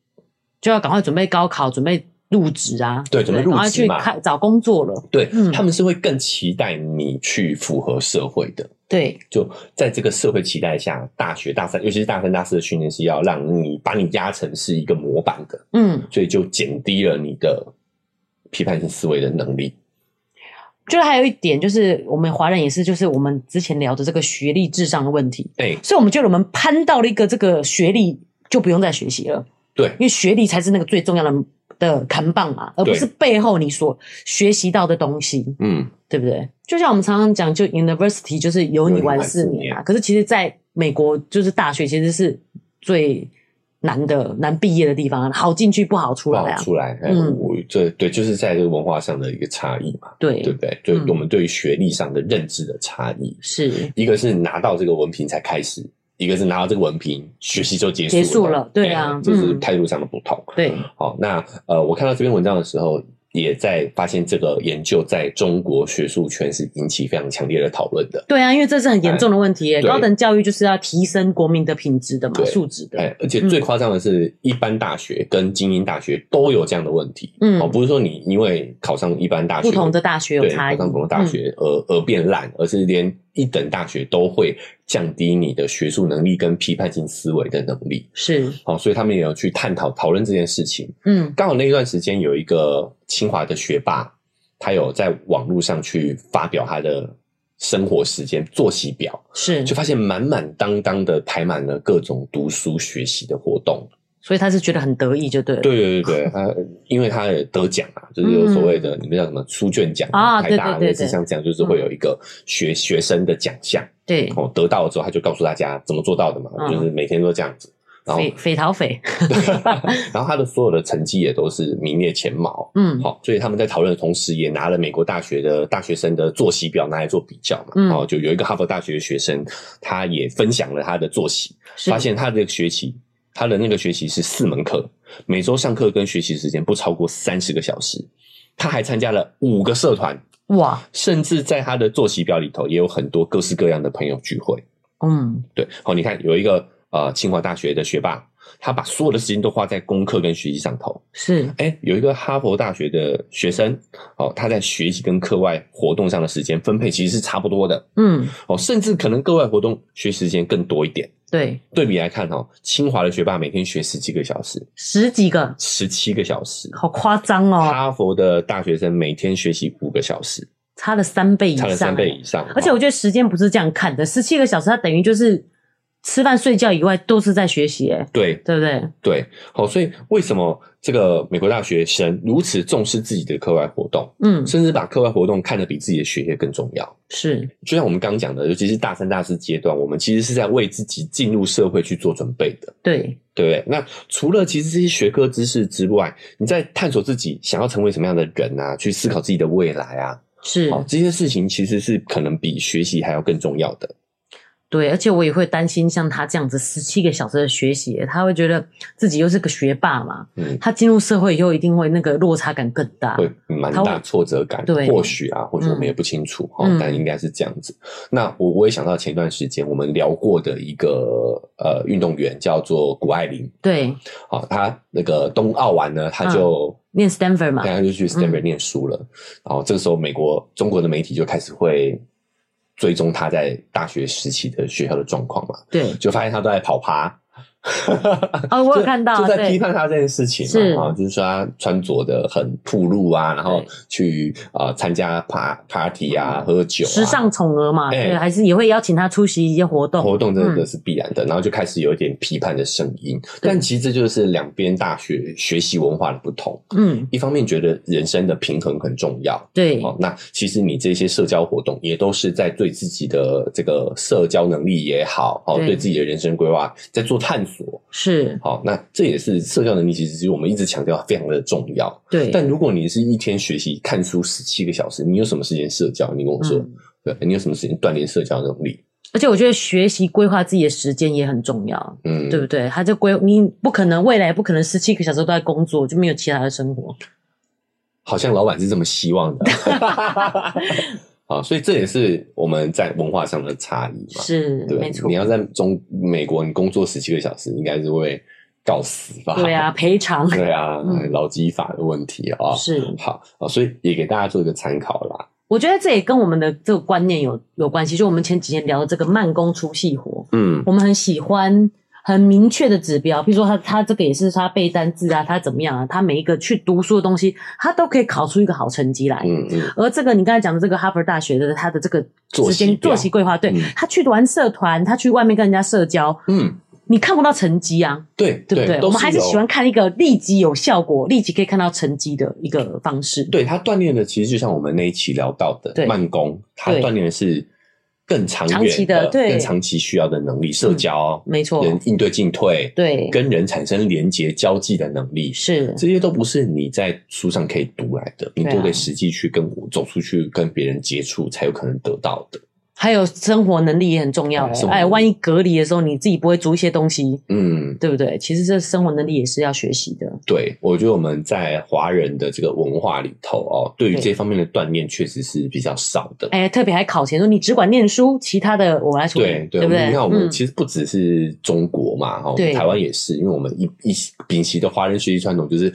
Speaker 1: 就要赶快准备高考，准备入职啊，
Speaker 2: 对
Speaker 1: 不
Speaker 2: 准备入
Speaker 1: 赶快
Speaker 2: 职
Speaker 1: 去
Speaker 2: 嘛
Speaker 1: 开找工作了，
Speaker 2: 对、
Speaker 1: 嗯
Speaker 2: 他们是会更期待你去符合社会的。
Speaker 1: 对，
Speaker 2: 就在这个社会期待下，大学大三，尤其是大三、大四的训练是要让你把你压成是一个模板的，
Speaker 1: 嗯，
Speaker 2: 所以就减低了你的批判性思维的能力。
Speaker 1: 就是还有一点，就是我们华人也是，就是我们之前聊的这个学历至上的问题，
Speaker 2: 哎、
Speaker 1: 所以我们觉得我们攀到了一个这个学历就不用再学习了，
Speaker 2: 对
Speaker 1: 因为学历才是那个最重要的的扛棒嘛，而不
Speaker 2: 对
Speaker 1: 是背后你所学习到的东西，
Speaker 2: 嗯，
Speaker 1: 对不对？就像我们常常讲，就 university 就是有你玩四
Speaker 2: 有你玩四
Speaker 1: 年啊，
Speaker 2: 年
Speaker 1: 可是其实在美国，就是大学其实是最难的、难毕业的地方啊，好进去不好出
Speaker 2: 不
Speaker 1: 来
Speaker 2: 好
Speaker 1: 啊，
Speaker 2: 出来。哎、
Speaker 1: 嗯
Speaker 2: 我这对就是在这个文化上的一个差异嘛，对
Speaker 1: 对
Speaker 2: 不，对？对
Speaker 1: 嗯
Speaker 2: 我们对于学历上的认知的差异，
Speaker 1: 是
Speaker 2: 一个是拿到这个文凭才开始，一个是拿到这个文凭学习就结束
Speaker 1: 结束了对啊
Speaker 2: 哎这是
Speaker 1: 嗯
Speaker 2: 态度上的不同。
Speaker 1: 对，
Speaker 2: 好，那呃，我看到这篇文章的时候，也在发现这个研究在中国学术圈是引起非常强烈的讨论的。
Speaker 1: 对啊，因为这是很严重的问题耶。
Speaker 2: 哎对
Speaker 1: 高等教育就是要提升国民的品质的嘛，
Speaker 2: 对
Speaker 1: 素质的。
Speaker 2: 哎，而且最夸张的是，一般大学跟精英大学都有这样的问题。
Speaker 1: 嗯
Speaker 2: 哦，不是说你因为考上一般大学，
Speaker 1: 不同的大学有
Speaker 2: 对
Speaker 1: 差
Speaker 2: 考
Speaker 1: 异，嗯
Speaker 2: 上普通大学而而变烂，而是连一等大学都会降低你的学术能力跟批判性思维的能力。
Speaker 1: 是，
Speaker 2: 好、所以他们也有去探讨讨论这件事情。
Speaker 1: 嗯
Speaker 2: 刚好那一段时间有一个清华的学霸，他有在网络上去发表他的生活时间作息表，
Speaker 1: 是，
Speaker 2: 就发现满满当当的排满了各种读书学习的活动。
Speaker 1: 所以他是觉得很得意就对了。
Speaker 2: 对对对
Speaker 1: [laughs]
Speaker 2: 对，他因为他也得奖啊，就是有所谓的、你们叫什么书卷奖
Speaker 1: 啊
Speaker 2: 台大
Speaker 1: 对对对
Speaker 2: 类似像这样，就是会有一个学、学生的奖项，
Speaker 1: 对，
Speaker 2: 哦，得到了之后他就告诉大家怎么做到的嘛，
Speaker 1: 嗯
Speaker 2: 就是每天都这样子。然后，
Speaker 1: 匪匪逃匪，
Speaker 2: 然后他的所有的成绩也都是名列前茅。
Speaker 1: 嗯
Speaker 2: 好、所以他们在讨论的同时，也拿了美国大学的大学生的作息表拿来做比较嘛。
Speaker 1: 嗯
Speaker 2: 哦，就有一个哈佛大学的学生，他也分享了他的作息，
Speaker 1: 是
Speaker 2: 发现他的学期，他的那个学期是四门课，每周上课跟学习时间不超过三十个小时。他还参加了五个社团，
Speaker 1: 哇，
Speaker 2: 甚至在他的作息表里头也有很多各式各样的朋友聚会。
Speaker 1: 嗯
Speaker 2: 对，好、你看有一个呃清华大学的学霸，他把所有的时间都花在功课跟学习上头。
Speaker 1: 是，
Speaker 2: 哎，有一个哈佛大学的学生，哦，他在学习跟课外活动上的时间分配其实是差不多的，
Speaker 1: 嗯
Speaker 2: 哦，甚至可能课外活动学习时间更多一点。
Speaker 1: 对，
Speaker 2: 对比来看，哦，清华的学霸每天学十几个小时，
Speaker 1: 十几个，
Speaker 2: 十七个小时；
Speaker 1: 好夸张哦，
Speaker 2: 哈佛的大学生每天学习五个小时，
Speaker 1: 差了三倍以
Speaker 2: 差
Speaker 1: 上，哦
Speaker 2: 了三倍以上。哦
Speaker 1: 而且我觉得时间不是这样看的，十七个小时，它等于就是吃饭睡觉以外都是在学习，哎，
Speaker 2: 对
Speaker 1: 对不对？
Speaker 2: 对，好、所以为什么这个美国大学生如此重视自己的课外活动，
Speaker 1: 嗯，
Speaker 2: 甚至把课外活动看得比自己的学业更重要？
Speaker 1: 是，
Speaker 2: 就像我们刚刚讲的，尤其是大三、大四阶段，我们其实是在为自己进入社会去做准备的，
Speaker 1: 对，
Speaker 2: 对不对？那除了其实这些学科知识之外，你在探索自己想要成为什么样的人啊，去思考自己的未来啊，
Speaker 1: 是，
Speaker 2: 哦，这些事情其实是可能比学习还要更重要的。
Speaker 1: 对，而且我也会担心像他这样子十七个小时的学习，他会觉得自己又是个学霸嘛，
Speaker 2: 嗯
Speaker 1: 他进入社会以后一定会那个落差感更大，
Speaker 2: 会蛮
Speaker 1: 他
Speaker 2: 大
Speaker 1: 会
Speaker 2: 挫折感，
Speaker 1: 啊对
Speaker 2: 或许啊，或许我们
Speaker 1: 嗯
Speaker 2: 也不清楚哈、
Speaker 1: 嗯
Speaker 2: 但应该是这样子。那我我也想到前段时间我们聊过的一个呃运动员叫做谷爱凌，
Speaker 1: 对，
Speaker 2: 好、他那个冬奥完呢，他
Speaker 1: 嗯
Speaker 2: 就、
Speaker 1: 念 Stanford 嘛嗯
Speaker 2: 对，，他就去 Stanford 念书了。然后这个时候，美国中国的媒体就开始会追踪他在大学时期的学校的状况嘛，
Speaker 1: 对，
Speaker 2: 就发现他都在跑趴。
Speaker 1: 哦，我
Speaker 2: 就
Speaker 1: 有看到，
Speaker 2: 就在批
Speaker 1: 对，
Speaker 2: 判啊他这件事情
Speaker 1: 是
Speaker 2: 嘛，啊，就是说他穿着的很铺路啊，然后
Speaker 1: 对
Speaker 2: 去啊参加 pa- party 啊，喝酒、啊，
Speaker 1: 时尚宠儿嘛，
Speaker 2: 哎
Speaker 1: 对，还是也会邀请他出席一些活动，
Speaker 2: 活动真的
Speaker 1: 嗯
Speaker 2: 是必然的，然后就开始有一点批判的声音，但其实这就是两边大学学习文化的不同。
Speaker 1: 嗯，
Speaker 2: 一方面觉得人生的平衡很重要，
Speaker 1: 对，
Speaker 2: 哦，那其实你这些社交活动也都是在对自己的这个社交能力也好，哦，
Speaker 1: 对
Speaker 2: 对自己的人生规划在做探索。
Speaker 1: 是，
Speaker 2: 好、那这也是社交能力，其实是我们一直强调非常的重要。
Speaker 1: 对，
Speaker 2: 但如果你是一天学习看书十七个小时，你有什么时间社交？你跟我说，
Speaker 1: 嗯
Speaker 2: 对，你有什么时间锻炼社交能力？
Speaker 1: 而且我觉得学习规划自己的时间也很重要，
Speaker 2: 嗯，
Speaker 1: 对不对？他就规，你不可能未来不可能十七个小时都在工作，就没有其他的生活。
Speaker 2: 好像老板是这么希望
Speaker 1: [laughs]
Speaker 2: 的。 [laughs] 好，所以这也是我们在文化上的差异嘛。
Speaker 1: 是，
Speaker 2: 对，
Speaker 1: 没错
Speaker 2: 你。要在中美国，你工作十七个小时，应该是会告死吧？
Speaker 1: 对啊，，赔偿
Speaker 2: 对啊
Speaker 1: 嗯，
Speaker 2: 劳基法的问题啊、
Speaker 1: 是，
Speaker 2: 好啊，所以也给大家做一个参考啦。
Speaker 1: 我觉得这也跟我们的这个观念有有关系。就我们前几天聊的这个慢工出细活，
Speaker 2: 嗯，
Speaker 1: 我们很喜欢很明确的指标，譬如说他他这个也是他背单字啊，他怎么样啊，他每一个去读书的东西，他都可以考出一个好成绩来。
Speaker 2: 嗯嗯，
Speaker 1: 而这个你刚才讲的这个哈佛大学的他的这个
Speaker 2: 作
Speaker 1: 时
Speaker 2: 息
Speaker 1: 间
Speaker 2: 表
Speaker 1: 作息规划，对、
Speaker 2: 嗯
Speaker 1: 他去玩社团，他去外面跟人家社交，
Speaker 2: 嗯，
Speaker 1: 你看不到成绩啊，
Speaker 2: 对
Speaker 1: 对不对？
Speaker 2: 都
Speaker 1: 我们还是
Speaker 2: 有
Speaker 1: 喜欢看一个立即有效果、立即可以看到成绩的一个方式。，
Speaker 2: 对他锻炼的，其实就像我们那一期聊到
Speaker 1: 对
Speaker 2: 的慢工，他
Speaker 1: 对
Speaker 2: 锻炼的是更长
Speaker 1: 长期
Speaker 2: 远
Speaker 1: 的对嗯
Speaker 2: 更长期需要的能力，社交、
Speaker 1: 没错，
Speaker 2: 人应对进退，
Speaker 1: 对，
Speaker 2: 跟人产生连结、交际的能力，
Speaker 1: 是
Speaker 2: 这些都不是你在书上可以读来的，你
Speaker 1: 对啊
Speaker 2: 都得实际去跟走出去跟别人接触，才有可能得到的。
Speaker 1: 还有生活能力也很重要、
Speaker 2: 对生活能
Speaker 1: 哎，
Speaker 2: 力
Speaker 1: 万一隔离的时候你自己不会煮一些东西，
Speaker 2: 嗯，
Speaker 1: 对不对？其实这生活能力也是要学习的。
Speaker 2: 对，我觉得我们在华人的这个文化里头哦，对于
Speaker 1: 对
Speaker 2: 这方面的锻炼确实是比较少的。
Speaker 1: 哎，特别还考前说你只管念书，其他的我来处理，
Speaker 2: 对
Speaker 1: 不
Speaker 2: 对，我们
Speaker 1: 对？
Speaker 2: 你看，我们
Speaker 1: 嗯
Speaker 2: 其实不只是中国嘛，哈、我哦
Speaker 1: 对
Speaker 2: 们台湾也是，因为我们一一秉持的华人学习传统，就是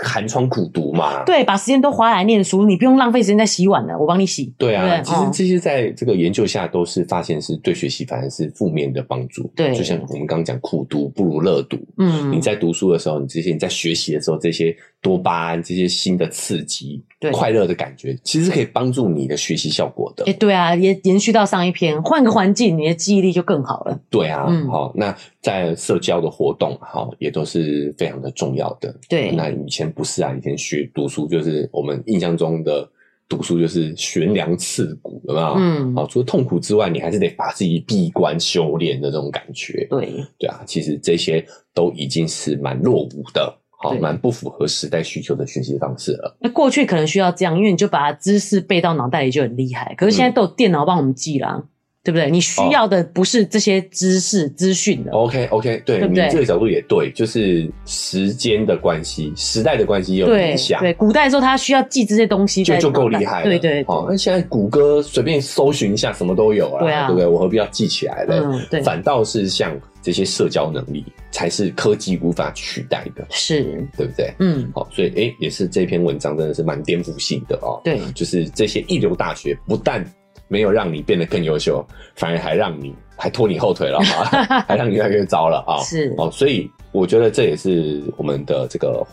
Speaker 2: 寒窗苦读嘛。
Speaker 1: 对，把时间都花来念书，你不用浪费时间在洗碗了，我帮你洗。
Speaker 2: 对啊，
Speaker 1: 对
Speaker 2: 其实
Speaker 1: 哦
Speaker 2: 这些在这个研究下都是发现是对学习反而是负面的帮助。
Speaker 1: 对
Speaker 2: 就像我们刚刚讲，苦读不如乐读。
Speaker 1: 嗯
Speaker 2: 你，在读书的时候，你这些你在学习的时候，这些多巴胺、这些新的刺激、
Speaker 1: 对
Speaker 2: 快乐的感觉，其实可以帮助你的学习效果的。
Speaker 1: 哎，对啊，也延续到上一篇，换个环境，你的记忆力就更好了。
Speaker 2: 对啊，好、
Speaker 1: 嗯
Speaker 2: 那在社交的活动，好、也都是非常的重要的。
Speaker 1: 对，
Speaker 2: 那以前不是啊，以前学读书就是我们印象中的读书就是悬梁刺股，有没有？
Speaker 1: 嗯，
Speaker 2: 哦好，除了痛苦之外，你还是得把自己闭关修炼的这种感觉。
Speaker 1: 对，
Speaker 2: 对啊，其实这些都已经是蛮落伍的，好，
Speaker 1: 对
Speaker 2: 蛮不符合时代需求的学习方式了。
Speaker 1: 那过去可能需要这样，因为你就把知识背到脑袋里就很厉害。可是现在都有电脑帮我们记啦，对不对？你需要的不是这些知识资讯了。
Speaker 2: OK OK，对
Speaker 1: 对不
Speaker 2: 你
Speaker 1: 对
Speaker 2: 这个角度也对，就是时间的关系、时代的关系也有
Speaker 1: 对
Speaker 2: 影响。
Speaker 1: 对，古代的时候他需要记这些东西
Speaker 2: 就
Speaker 1: 在
Speaker 2: 就够
Speaker 1: 脑袋
Speaker 2: 厉害了，
Speaker 1: 对对
Speaker 2: 哦，
Speaker 1: 对，
Speaker 2: 那现在谷歌随便搜寻一下，什么都有啦，
Speaker 1: 对啊
Speaker 2: 不对？我何必要记起来呢？
Speaker 1: 嗯对，
Speaker 2: 反倒是像这些社交能力，才是科技无法取代的，
Speaker 1: 是，
Speaker 2: 对不对？
Speaker 1: 嗯，
Speaker 2: 好，所以诶，也是这篇文章真的是蛮颠覆性的哦。
Speaker 1: 对，
Speaker 2: 就是这些一流大学不但没有让你变得更优秀，反而还让你还拖你后腿了
Speaker 1: [laughs]
Speaker 2: 啊，还让你越来越糟了啊。
Speaker 1: 是，
Speaker 2: 哦，所以我觉得这也是我们的这个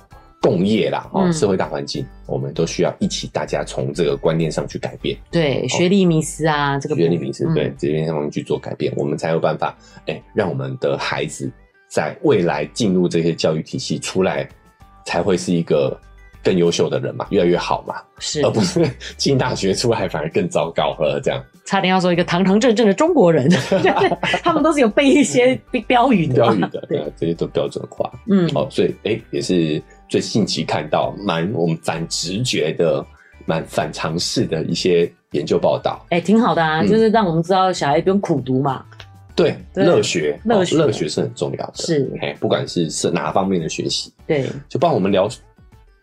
Speaker 2: 共业啦，哦，
Speaker 1: 嗯
Speaker 2: 社会大环境，我们都需要一起大家从这个观念上去改变，
Speaker 1: 对，学历迷失啊，这个
Speaker 2: 哦学历
Speaker 1: 部
Speaker 2: 名词
Speaker 1: 嗯
Speaker 2: 对这边上去做改变，我们才有办法，哎、让我们的孩子在未来进入这些教育体系出来，才会是一个。更优秀的人嘛，越来越好嘛，
Speaker 1: 是
Speaker 2: 而，不是 [laughs] 进大学出来反而更糟糕了。这样
Speaker 1: 差点要说一个堂堂正正的中国人， [laughs] 他们都是有背一些标语的
Speaker 2: 嗯
Speaker 1: 嗯
Speaker 2: 标
Speaker 1: 嘛，
Speaker 2: 语的，对啊，这些都标准化。
Speaker 1: 嗯，
Speaker 2: 哦，所以哎、诶也是最近期看到蛮我们反直觉的、蛮反常识的一些研究报道。
Speaker 1: 哎，挺好的啊，
Speaker 2: 嗯
Speaker 1: 就是让我们知道小孩不用苦读嘛，
Speaker 2: 对，
Speaker 1: 对
Speaker 2: 乐学，
Speaker 1: 乐学
Speaker 2: 哦乐学是很重要的。
Speaker 1: 是
Speaker 2: 哎、不管是是哪方面的学习，
Speaker 1: 对，
Speaker 2: 就帮我们聊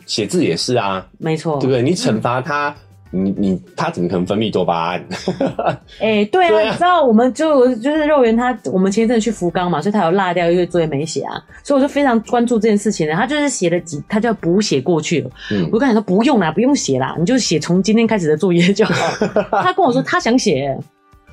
Speaker 2: 写字也是啊，
Speaker 1: 没错，
Speaker 2: 对不对？你惩罚他。你你他怎么可能分泌多巴胺？
Speaker 1: 哎、对啊，
Speaker 2: 对啊
Speaker 1: 你知道我们就就是肉圆他，我们前一阵去福冈嘛，所以他有落掉一个作业没写啊，所以我就非常关注这件事情呢。他就是写了几，他就要补写过去了。
Speaker 2: 嗯
Speaker 1: 我就跟他说不用啦，不用写啦，你就写从今天开始的作业就
Speaker 2: [laughs]
Speaker 1: 好了。他跟我说他想写，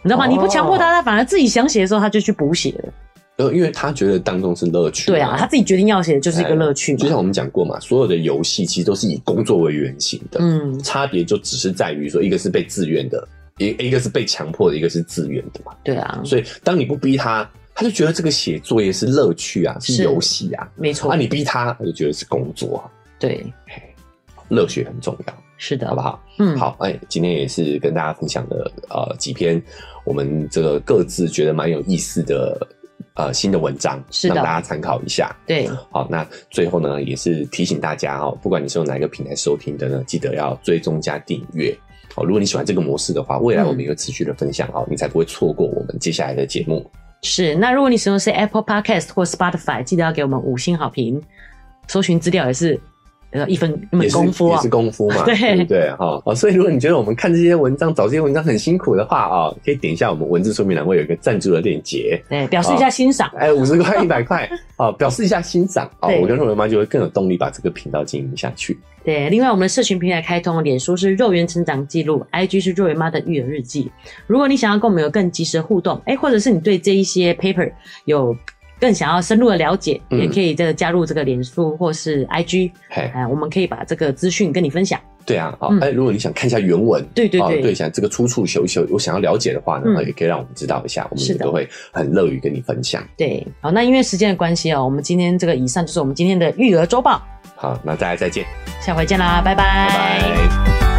Speaker 1: 你知道吗？
Speaker 2: 哦
Speaker 1: 你不强迫他，他反而自己想写的时候他就去补写了。
Speaker 2: 呃，因为他觉得当中是乐趣。
Speaker 1: 对啊，他自己决定要写的就是一个乐趣
Speaker 2: 就
Speaker 1: 嘛。
Speaker 2: 像我们讲过嘛，所有的游戏其实都是以工作为原型的。
Speaker 1: 嗯，
Speaker 2: 差别就只是在于说，一个是被自愿的，一一个是被强迫的，一个是自愿的嘛。
Speaker 1: 对啊，
Speaker 2: 所以当你不逼他，他就觉得这个写作业是乐趣啊，
Speaker 1: 是
Speaker 2: 是游戏啊。
Speaker 1: 没错，
Speaker 2: 啊，你逼他，他就觉得是工作、啊。
Speaker 1: 对，
Speaker 2: 乐趣很重要，
Speaker 1: 是的，
Speaker 2: 好不好？
Speaker 1: 嗯，，
Speaker 2: 好，哎，今天也是跟大家分享的呃几篇我们这个各自觉得蛮有意思的呃新的文章，
Speaker 1: 是的
Speaker 2: 让大家参考一下。
Speaker 1: 对，
Speaker 2: 好，那最后呢，也是提醒大家哦，不管你是用哪一个平台收听的呢，记得要追踪加订阅。好，如果你喜欢这个模式的话，未来我们也会持续的分享哦，你才不会错过我们接下来的节目。
Speaker 1: 是，那如果你使用的是 Apple Podcast 或 Spotify，记得要给我们五星好评。搜寻资料也是呃一分一门
Speaker 2: 也是
Speaker 1: 功夫
Speaker 2: 也
Speaker 1: 啊
Speaker 2: 是。功夫嘛，
Speaker 1: 对
Speaker 2: 对不对？哈、哦，所以如果你觉得我们看这些文章、找这些文章很辛苦的话啊、哦，可以点一下我们文字说明栏会有一个赞助的链接。
Speaker 1: 对，表示一下欣赏。 [laughs]
Speaker 2: 哎，五十块、一百块，哦，表示一下欣赏哦
Speaker 1: 对，
Speaker 2: 我跟肉圆妈就会更有动力把这个频道经营下去。
Speaker 1: 对，另外我们的社群平台开通，脸书是肉圆成长记录，IG 是肉圆妈的育儿日记。如果你想要跟我们有更及时的互动，哎，或者是你对这一些 paper 有更想要深入的了解，
Speaker 2: 嗯
Speaker 1: 也可以这个加入这个脸书或是 IG，
Speaker 2: 嘿，
Speaker 1: 哎、我们可以把这个资讯跟你分享。
Speaker 2: 对啊，好、
Speaker 1: 嗯
Speaker 2: 哎，如果你想看一下原文，
Speaker 1: 对对
Speaker 2: 哦
Speaker 1: 对，
Speaker 2: 对，想这个出处修一修，我想要了解的话呢，哦
Speaker 1: 嗯
Speaker 2: 也可以让我们知道一下，我们
Speaker 1: 是
Speaker 2: 也
Speaker 1: 的
Speaker 2: 都会很乐于跟你分享。
Speaker 1: 对，好，那因为时间的关系哦，我们今天这个以上就是我们今天的育儿周报。
Speaker 2: 好，那大家再见，
Speaker 1: 下回见啦，拜拜
Speaker 2: 拜拜